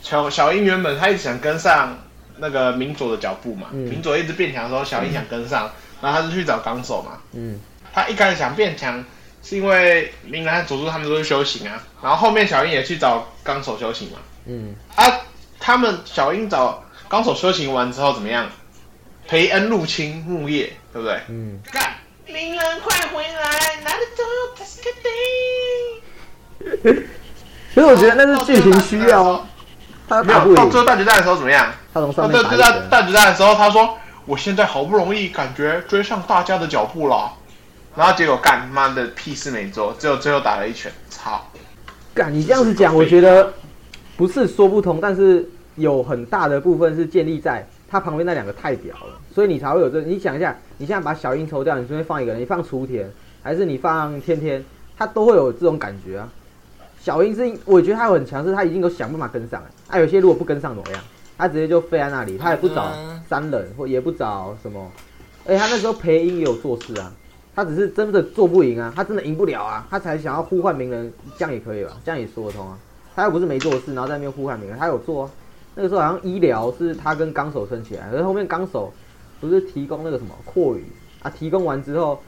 Speaker 3: 小小樱原本她一直想跟上那个明佐的脚步嘛，
Speaker 1: 嗯
Speaker 3: 明佐一直变强的时候，小樱想跟上，然后她就去找纲手嘛。
Speaker 1: 嗯，
Speaker 3: 她一开始想变强，是因为明兰、佐助他们都是修行啊，然后后面小樱也去找纲手修行嘛。
Speaker 1: 嗯，
Speaker 3: 啊，他们小樱找纲手修行完之后怎么样？培恩入侵木叶，对不对？
Speaker 1: 嗯，
Speaker 3: 干，明兰快回来，拿着走，他是个 day。
Speaker 1: 其实我觉得那是剧情需要啊，他
Speaker 3: 没
Speaker 1: 打不
Speaker 3: 有到最后
Speaker 1: 赢，
Speaker 3: 大决战的时候怎么样？
Speaker 1: 他从
Speaker 3: 到
Speaker 1: 上面
Speaker 3: 大
Speaker 1: 打
Speaker 3: 决
Speaker 1: 一
Speaker 3: 战
Speaker 1: 个，
Speaker 3: 大决战的时候，他说：“我现在好不容易感觉追上大家的脚步了。”然后结果干妈的屁事没做，只有最后打了一拳，操！
Speaker 1: 干你这样子讲，我觉得不是说不通，但是有很大的部分是建立在他旁边那两个太屌了，所以你才会有这。你想一下，你现在把小樱抽掉，你随便放一个人，你放雏田还是你放天天，他都会有这种感觉啊。小樱是，我觉得他很强势，他已经有想办法跟上了。啊，有些如果不跟上怎么样？他直接就飞在那里，他也不找
Speaker 2: 嗯
Speaker 1: 三人，或也不找什么。哎、他那时候裴英也有做事啊，他只是真的做不赢啊，他真的赢不了啊，他才想要呼唤鸣人，这样也可以吧？这样也说得通啊。他又不是没做事，然后在那边呼唤鸣人，他有做啊。那个时候好像医疗是他跟纲手撑起来，可是后面纲手不是提供那个什么阔语啊，提供完之后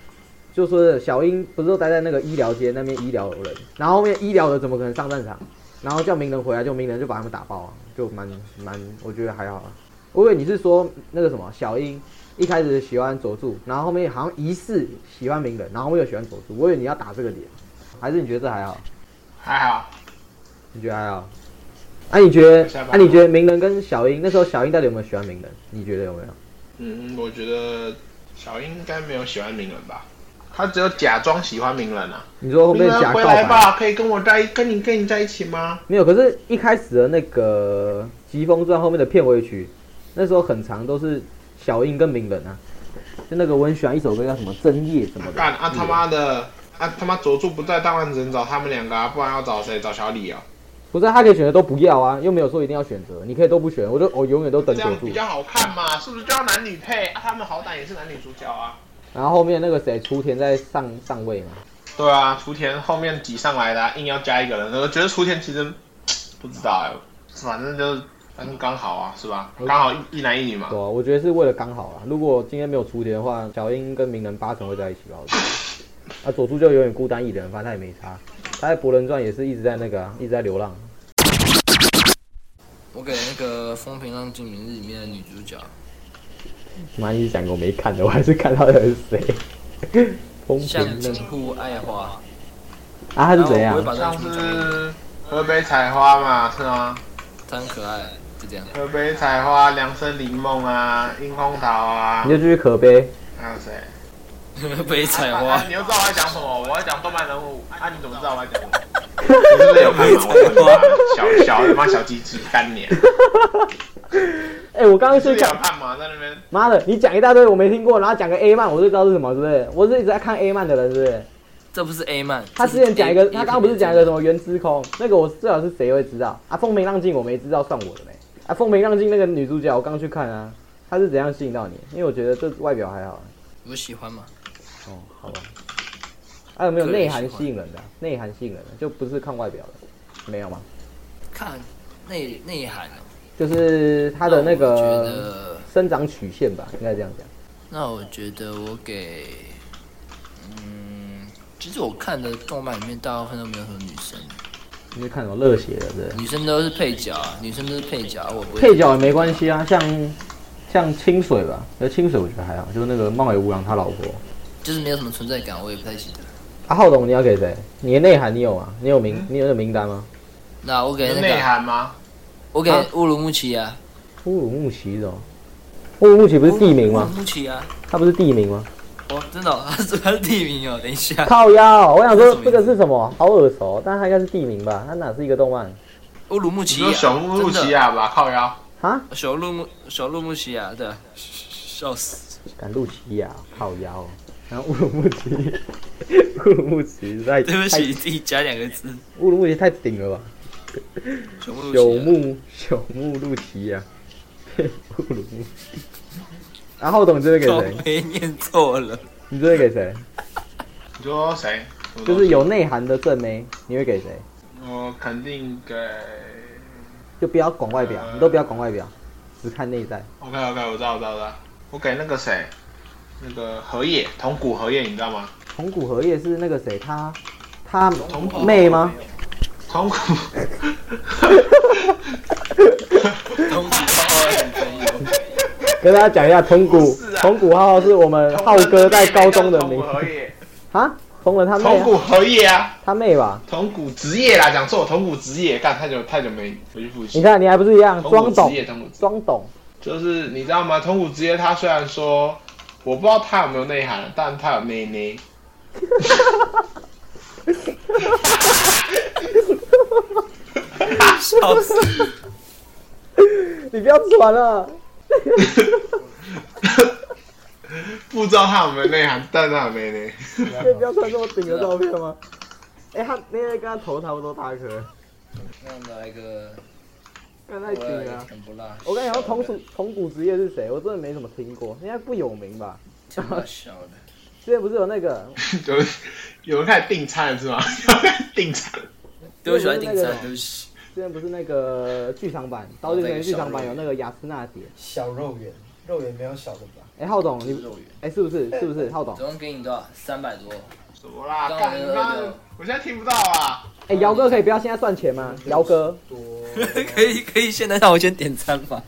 Speaker 1: 就说是小英不是都待在那个医疗街那边医疗人，然后后面医疗的怎么可能上战场？然后叫鸣人回来，就鸣人就把他们打爆啊，就蛮蛮，我觉得还好啊。我以为你是说那个什么小樱一开始喜欢佐助，然后后面好像疑似喜欢鸣人，然后后面又喜欢佐助，我以为你要打这个点，还是你觉得这还好？
Speaker 3: 还好，
Speaker 1: 你觉得还好？啊，你觉得
Speaker 3: 下班？了
Speaker 1: 啊，你觉得鸣人跟小樱那时候小樱到底有没有喜欢鸣人？你觉得有没有？
Speaker 3: 嗯，我觉得小樱应该没有喜欢鸣人吧，他只有假装喜欢鸣人啊。
Speaker 1: 你说后
Speaker 3: 鸣
Speaker 1: 面
Speaker 3: 人
Speaker 1: 假
Speaker 3: 回
Speaker 1: 告
Speaker 3: 来
Speaker 1: 白？
Speaker 3: 吧，可以跟我在跟你跟你在一起吗？
Speaker 1: 没有，可是一开始的那个《疾风传》后面的片尾曲，那时候很长都是小樱跟鸣人啊，就那个我很喜欢一首歌叫什么《真夜》什么的。
Speaker 3: 干啊他妈的！啊他妈佐助不在，当然只能找他们两个啊，不然要找谁？找小李哦，
Speaker 1: 不是啊，他可以选择都不要啊，又没有说一定要选择，你可以都不选，我就我永远都等
Speaker 3: 这
Speaker 1: 佐
Speaker 3: 样
Speaker 1: 助
Speaker 3: 比。较好看嘛，是不是就要男女配？啊，他们好歹也是男女主角啊。
Speaker 1: 然后后面那个谁，雏田在上上位嘛，
Speaker 3: 对啊，雏田后面挤上来的啊、硬要加一个人，我觉得雏田其实不知道哎、反正就是反正刚好啊，是吧？刚好一一男一女嘛
Speaker 1: 对。啊，我觉得是为了刚好啊。如果今天没有雏田的话，小樱跟鸣人八成会在一起吧，我觉得。啊，佐助就永远孤单一人，反正他也没差。他在《博人传》也是一直在那个、啊，一直在流浪。
Speaker 2: 我给那个《风平浪静明日》里面的女主角，
Speaker 1: 妈，一直讲我没看的，我还是看到的是 谁？风平
Speaker 2: 像
Speaker 1: 那
Speaker 2: 金户爱花，
Speaker 1: 啊，他是怎
Speaker 2: 然后我
Speaker 1: 样
Speaker 3: 上
Speaker 2: 不？会把这个剧讲
Speaker 3: 次河北采花嘛，是吗？
Speaker 2: 她很可爱，就这样。
Speaker 3: 河北采花、凉生林梦啊、樱空桃啊
Speaker 1: 你，就继续可悲。
Speaker 3: 还有谁？
Speaker 2: 北采
Speaker 3: 啊
Speaker 2: 花
Speaker 3: 啊，你又知道我在讲什么？我要讲动漫人物，啊，你怎么知道我在讲什么？ 你是不是有看嘛？我操你妈，小小他妈小鸡鸡干你！
Speaker 1: 哎、我刚刚
Speaker 3: 你是
Speaker 1: 是
Speaker 3: 不是有
Speaker 1: 看，
Speaker 3: 看嘛？在那边
Speaker 1: 妈的，你讲一大堆我没听过，然后讲个 A 漫，我就知道是什么，是不是？我是一直在看 A 漫的人，是不是？
Speaker 2: 这不是 A 漫。
Speaker 1: 他
Speaker 2: 这
Speaker 1: 之
Speaker 2: 是
Speaker 1: 前讲一
Speaker 2: A-
Speaker 1: 个，
Speaker 2: A
Speaker 1: 他刚刚不是讲一个什
Speaker 2: 片
Speaker 1: 么原之空，那个我最好是谁会知道啊？风平浪静我没知道，算我的嘞。啊，风平浪静那个女主角我刚去看啊，她是怎样吸引到你？因为我觉得这外表还好啊。
Speaker 2: 我喜欢嘛？
Speaker 1: 哦，好吧。还、有没有
Speaker 2: 个人
Speaker 1: 内涵
Speaker 2: 喜欢
Speaker 1: 吸引人的啊？内涵吸引人的就不是看外表的，没有吗？
Speaker 2: 看内内涵哦。
Speaker 1: 就是她的那
Speaker 2: 我觉
Speaker 1: 个
Speaker 2: 得，
Speaker 1: 生长曲线吧，应该这样讲。
Speaker 2: 那我觉得我给，嗯，其实我看的动漫里面大部分都没有什么女生，
Speaker 1: 你是看什么热血的，对？
Speaker 2: 女生都是配角啊，女生都是配角啊，我不会。
Speaker 1: 配角也没关系啊，像像清水吧，那清水我觉得还好，就是那个茂野无郎他老婆。
Speaker 2: 就是没有什么存在感，我也不太记得。
Speaker 1: 啊，浩董，你要给谁？你的内涵你有吗？你有
Speaker 2: 嗯
Speaker 1: 名，你有那个名单吗？
Speaker 2: 那我给
Speaker 3: 有
Speaker 2: 那
Speaker 3: 内
Speaker 2: 个，
Speaker 3: 涵吗？
Speaker 2: 我给
Speaker 1: 啊
Speaker 2: 乌鲁木齐啊，
Speaker 1: 乌鲁木齐的、哦，乌鲁木齐不是地名
Speaker 2: 乌
Speaker 1: 吗？
Speaker 2: 鲁木齐啊，
Speaker 1: 它不是地名吗？
Speaker 2: 哦，真的、哦，它 是它是地名哦。等一下，
Speaker 1: 靠腰，我想
Speaker 2: 这是
Speaker 1: 说
Speaker 2: 什么
Speaker 1: 这个是什么？好耳熟，但它应该是地名吧？它哪是一个动漫？
Speaker 2: 乌鲁木
Speaker 3: 你
Speaker 2: 齐、啊，
Speaker 3: 说小木木
Speaker 2: 真
Speaker 3: 奇
Speaker 2: 的
Speaker 3: 亚吧，靠腰。
Speaker 1: 啊？
Speaker 2: 小鹿木小鹿木齐啊，对啊， 笑死。
Speaker 1: 敢路奇亚，靠腰，然后乌鲁木齐，乌鲁木齐太
Speaker 2: 对不
Speaker 1: 太
Speaker 2: 起，自己加两个字，
Speaker 1: 乌鲁木齐太顶了吧？
Speaker 2: 小木
Speaker 1: 朽
Speaker 2: 鲁齐、啊。
Speaker 1: 木朽木啊路奇呀、乌鲁木齐。然后董，你这边
Speaker 2: 靠
Speaker 1: 给谁？
Speaker 2: 背念错了，
Speaker 1: 你这边给谁？
Speaker 3: 你说谁？什么东
Speaker 1: 就
Speaker 3: 西
Speaker 1: 是有内涵的正妹，你会给谁？
Speaker 3: 我肯定给。
Speaker 1: 就不要管外表，
Speaker 3: 呃
Speaker 1: 你都不要管外表，只看内在。
Speaker 3: OK OK，我知道我知道我知道，我给那个谁，那个荷叶，铜鼓荷叶，你知道吗？
Speaker 1: 铜鼓荷叶是那个谁，他他
Speaker 3: 铜鼓
Speaker 1: 妹吗？
Speaker 3: 铜鼓。
Speaker 2: 东西超二女朋友。
Speaker 1: 跟大家讲一下，铜鼓
Speaker 3: 不是啊
Speaker 1: 铜鼓浩浩是我们浩哥在高中的名
Speaker 3: 铜鼓荷叶，
Speaker 1: 啊，疯了他妹
Speaker 3: 同
Speaker 1: 啊、
Speaker 3: 股合业啊，
Speaker 1: 他妹吧？
Speaker 3: 同股职业啦，讲错，同股职业，干太久太久没回去复习。
Speaker 1: 你看你还不是一样
Speaker 3: 同股
Speaker 1: 装懂
Speaker 3: 职，业，同股
Speaker 1: 装懂。
Speaker 3: 就是你知道吗？同股职业，他虽然说我不知道他有没有内涵，但他有内内。
Speaker 5: 笑死！
Speaker 1: 你不要传啊 了，
Speaker 3: 不知道他有没有内涵，但他有内内。
Speaker 1: 可以不要传这么顶的照片吗？哎、他那个跟他头差不多大颗，
Speaker 2: 那我们来个，
Speaker 1: 看
Speaker 2: 我
Speaker 1: 太顶
Speaker 2: 来
Speaker 1: 了
Speaker 2: 个
Speaker 1: 啊。
Speaker 2: 甜不辣。
Speaker 1: 我跟你
Speaker 2: 小
Speaker 1: 说，
Speaker 2: 的
Speaker 1: 同属同股职业是谁？我真的没怎么听过，应该不有名吧？
Speaker 2: 甜不辣小的，
Speaker 1: 之前不是有那个
Speaker 3: 有人有人开始订餐了是吗？有人开始订餐，
Speaker 2: 对不起，我在订
Speaker 1: 那个
Speaker 2: 餐，对不起。
Speaker 1: 之前不是那个剧场
Speaker 6: 哦
Speaker 1: 版《刀剑神域》剧场版有那个雅诗娜姐，
Speaker 6: 小肉圆，肉圆没有小的吧？
Speaker 1: 哎、浩总，
Speaker 2: 就是
Speaker 1: 你
Speaker 2: 肉圆，
Speaker 1: 哎、是不是是不是浩总？
Speaker 2: 总共给你多少？三百 多。
Speaker 3: 什么啦？
Speaker 2: 刚
Speaker 3: 干
Speaker 2: 刚
Speaker 3: 你
Speaker 2: 有
Speaker 3: 妈
Speaker 2: 那
Speaker 3: 的
Speaker 2: 个！
Speaker 3: 我现在听不到啊！
Speaker 1: 哎、姚哥可以不要现在算钱吗？姚哥，
Speaker 6: 多
Speaker 5: 可以可以，现在让我先点餐吧。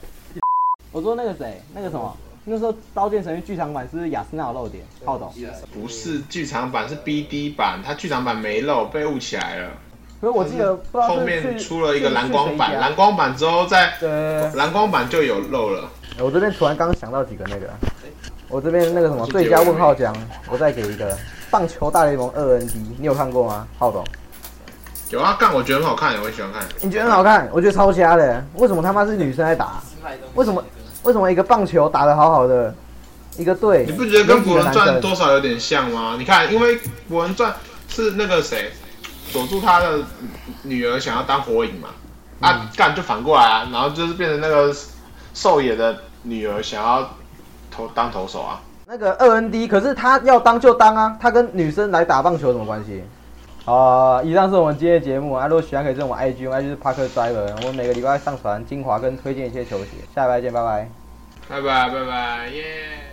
Speaker 1: 我说那个谁，那个什么，那时候《刀剑神域》剧场版是不是雅诗娜有露点？浩总，
Speaker 3: 不是剧场版，是 BD 版，它剧场版没漏，被误起来了。
Speaker 1: 可是我记得不知道是
Speaker 3: 嗯后面
Speaker 1: 去
Speaker 3: 出了一个
Speaker 1: 是
Speaker 3: 蓝光
Speaker 1: 是
Speaker 3: 版，
Speaker 1: 谁家
Speaker 3: 蓝光版之后在
Speaker 1: 对，哎
Speaker 3: 蓝光版就有漏了。
Speaker 1: 我这边突然刚想到几个那个，
Speaker 3: 哎
Speaker 1: 我这边那个什么
Speaker 3: 是
Speaker 1: 最佳问号奖，
Speaker 3: 嗯
Speaker 1: 我再给一个《棒球大联盟二 ND》，你有看过吗？浩总，
Speaker 3: 有啊，干我觉得很好看，我很喜欢看。
Speaker 1: 你觉得很好看？我觉得超瞎的，为什么他妈是女生在打？为什么？为什么一个棒球打得好好的，一个队，
Speaker 3: 你不觉得跟《
Speaker 1: 几
Speaker 3: 博
Speaker 1: 个
Speaker 3: 人
Speaker 1: 男
Speaker 3: 传
Speaker 1: 生》
Speaker 3: 多少有点像吗？你看，因为《博人传》是那个谁锁住他的女儿想要当火影嘛，啊，干就反过来啊，然后就是变成那个兽野的女儿想要投当投手啊。
Speaker 1: 那个二 ND，可是他要当就当啊，他跟女生来打棒球有什么关系？啊、以上是我们今天的节目啊，如果喜欢可以追踪我们 IG，我们 IG 是 Parker Driver，我们每个礼拜上传精华跟推荐一些球鞋，下礼拜见，拜拜。
Speaker 3: 拜拜拜拜，耶、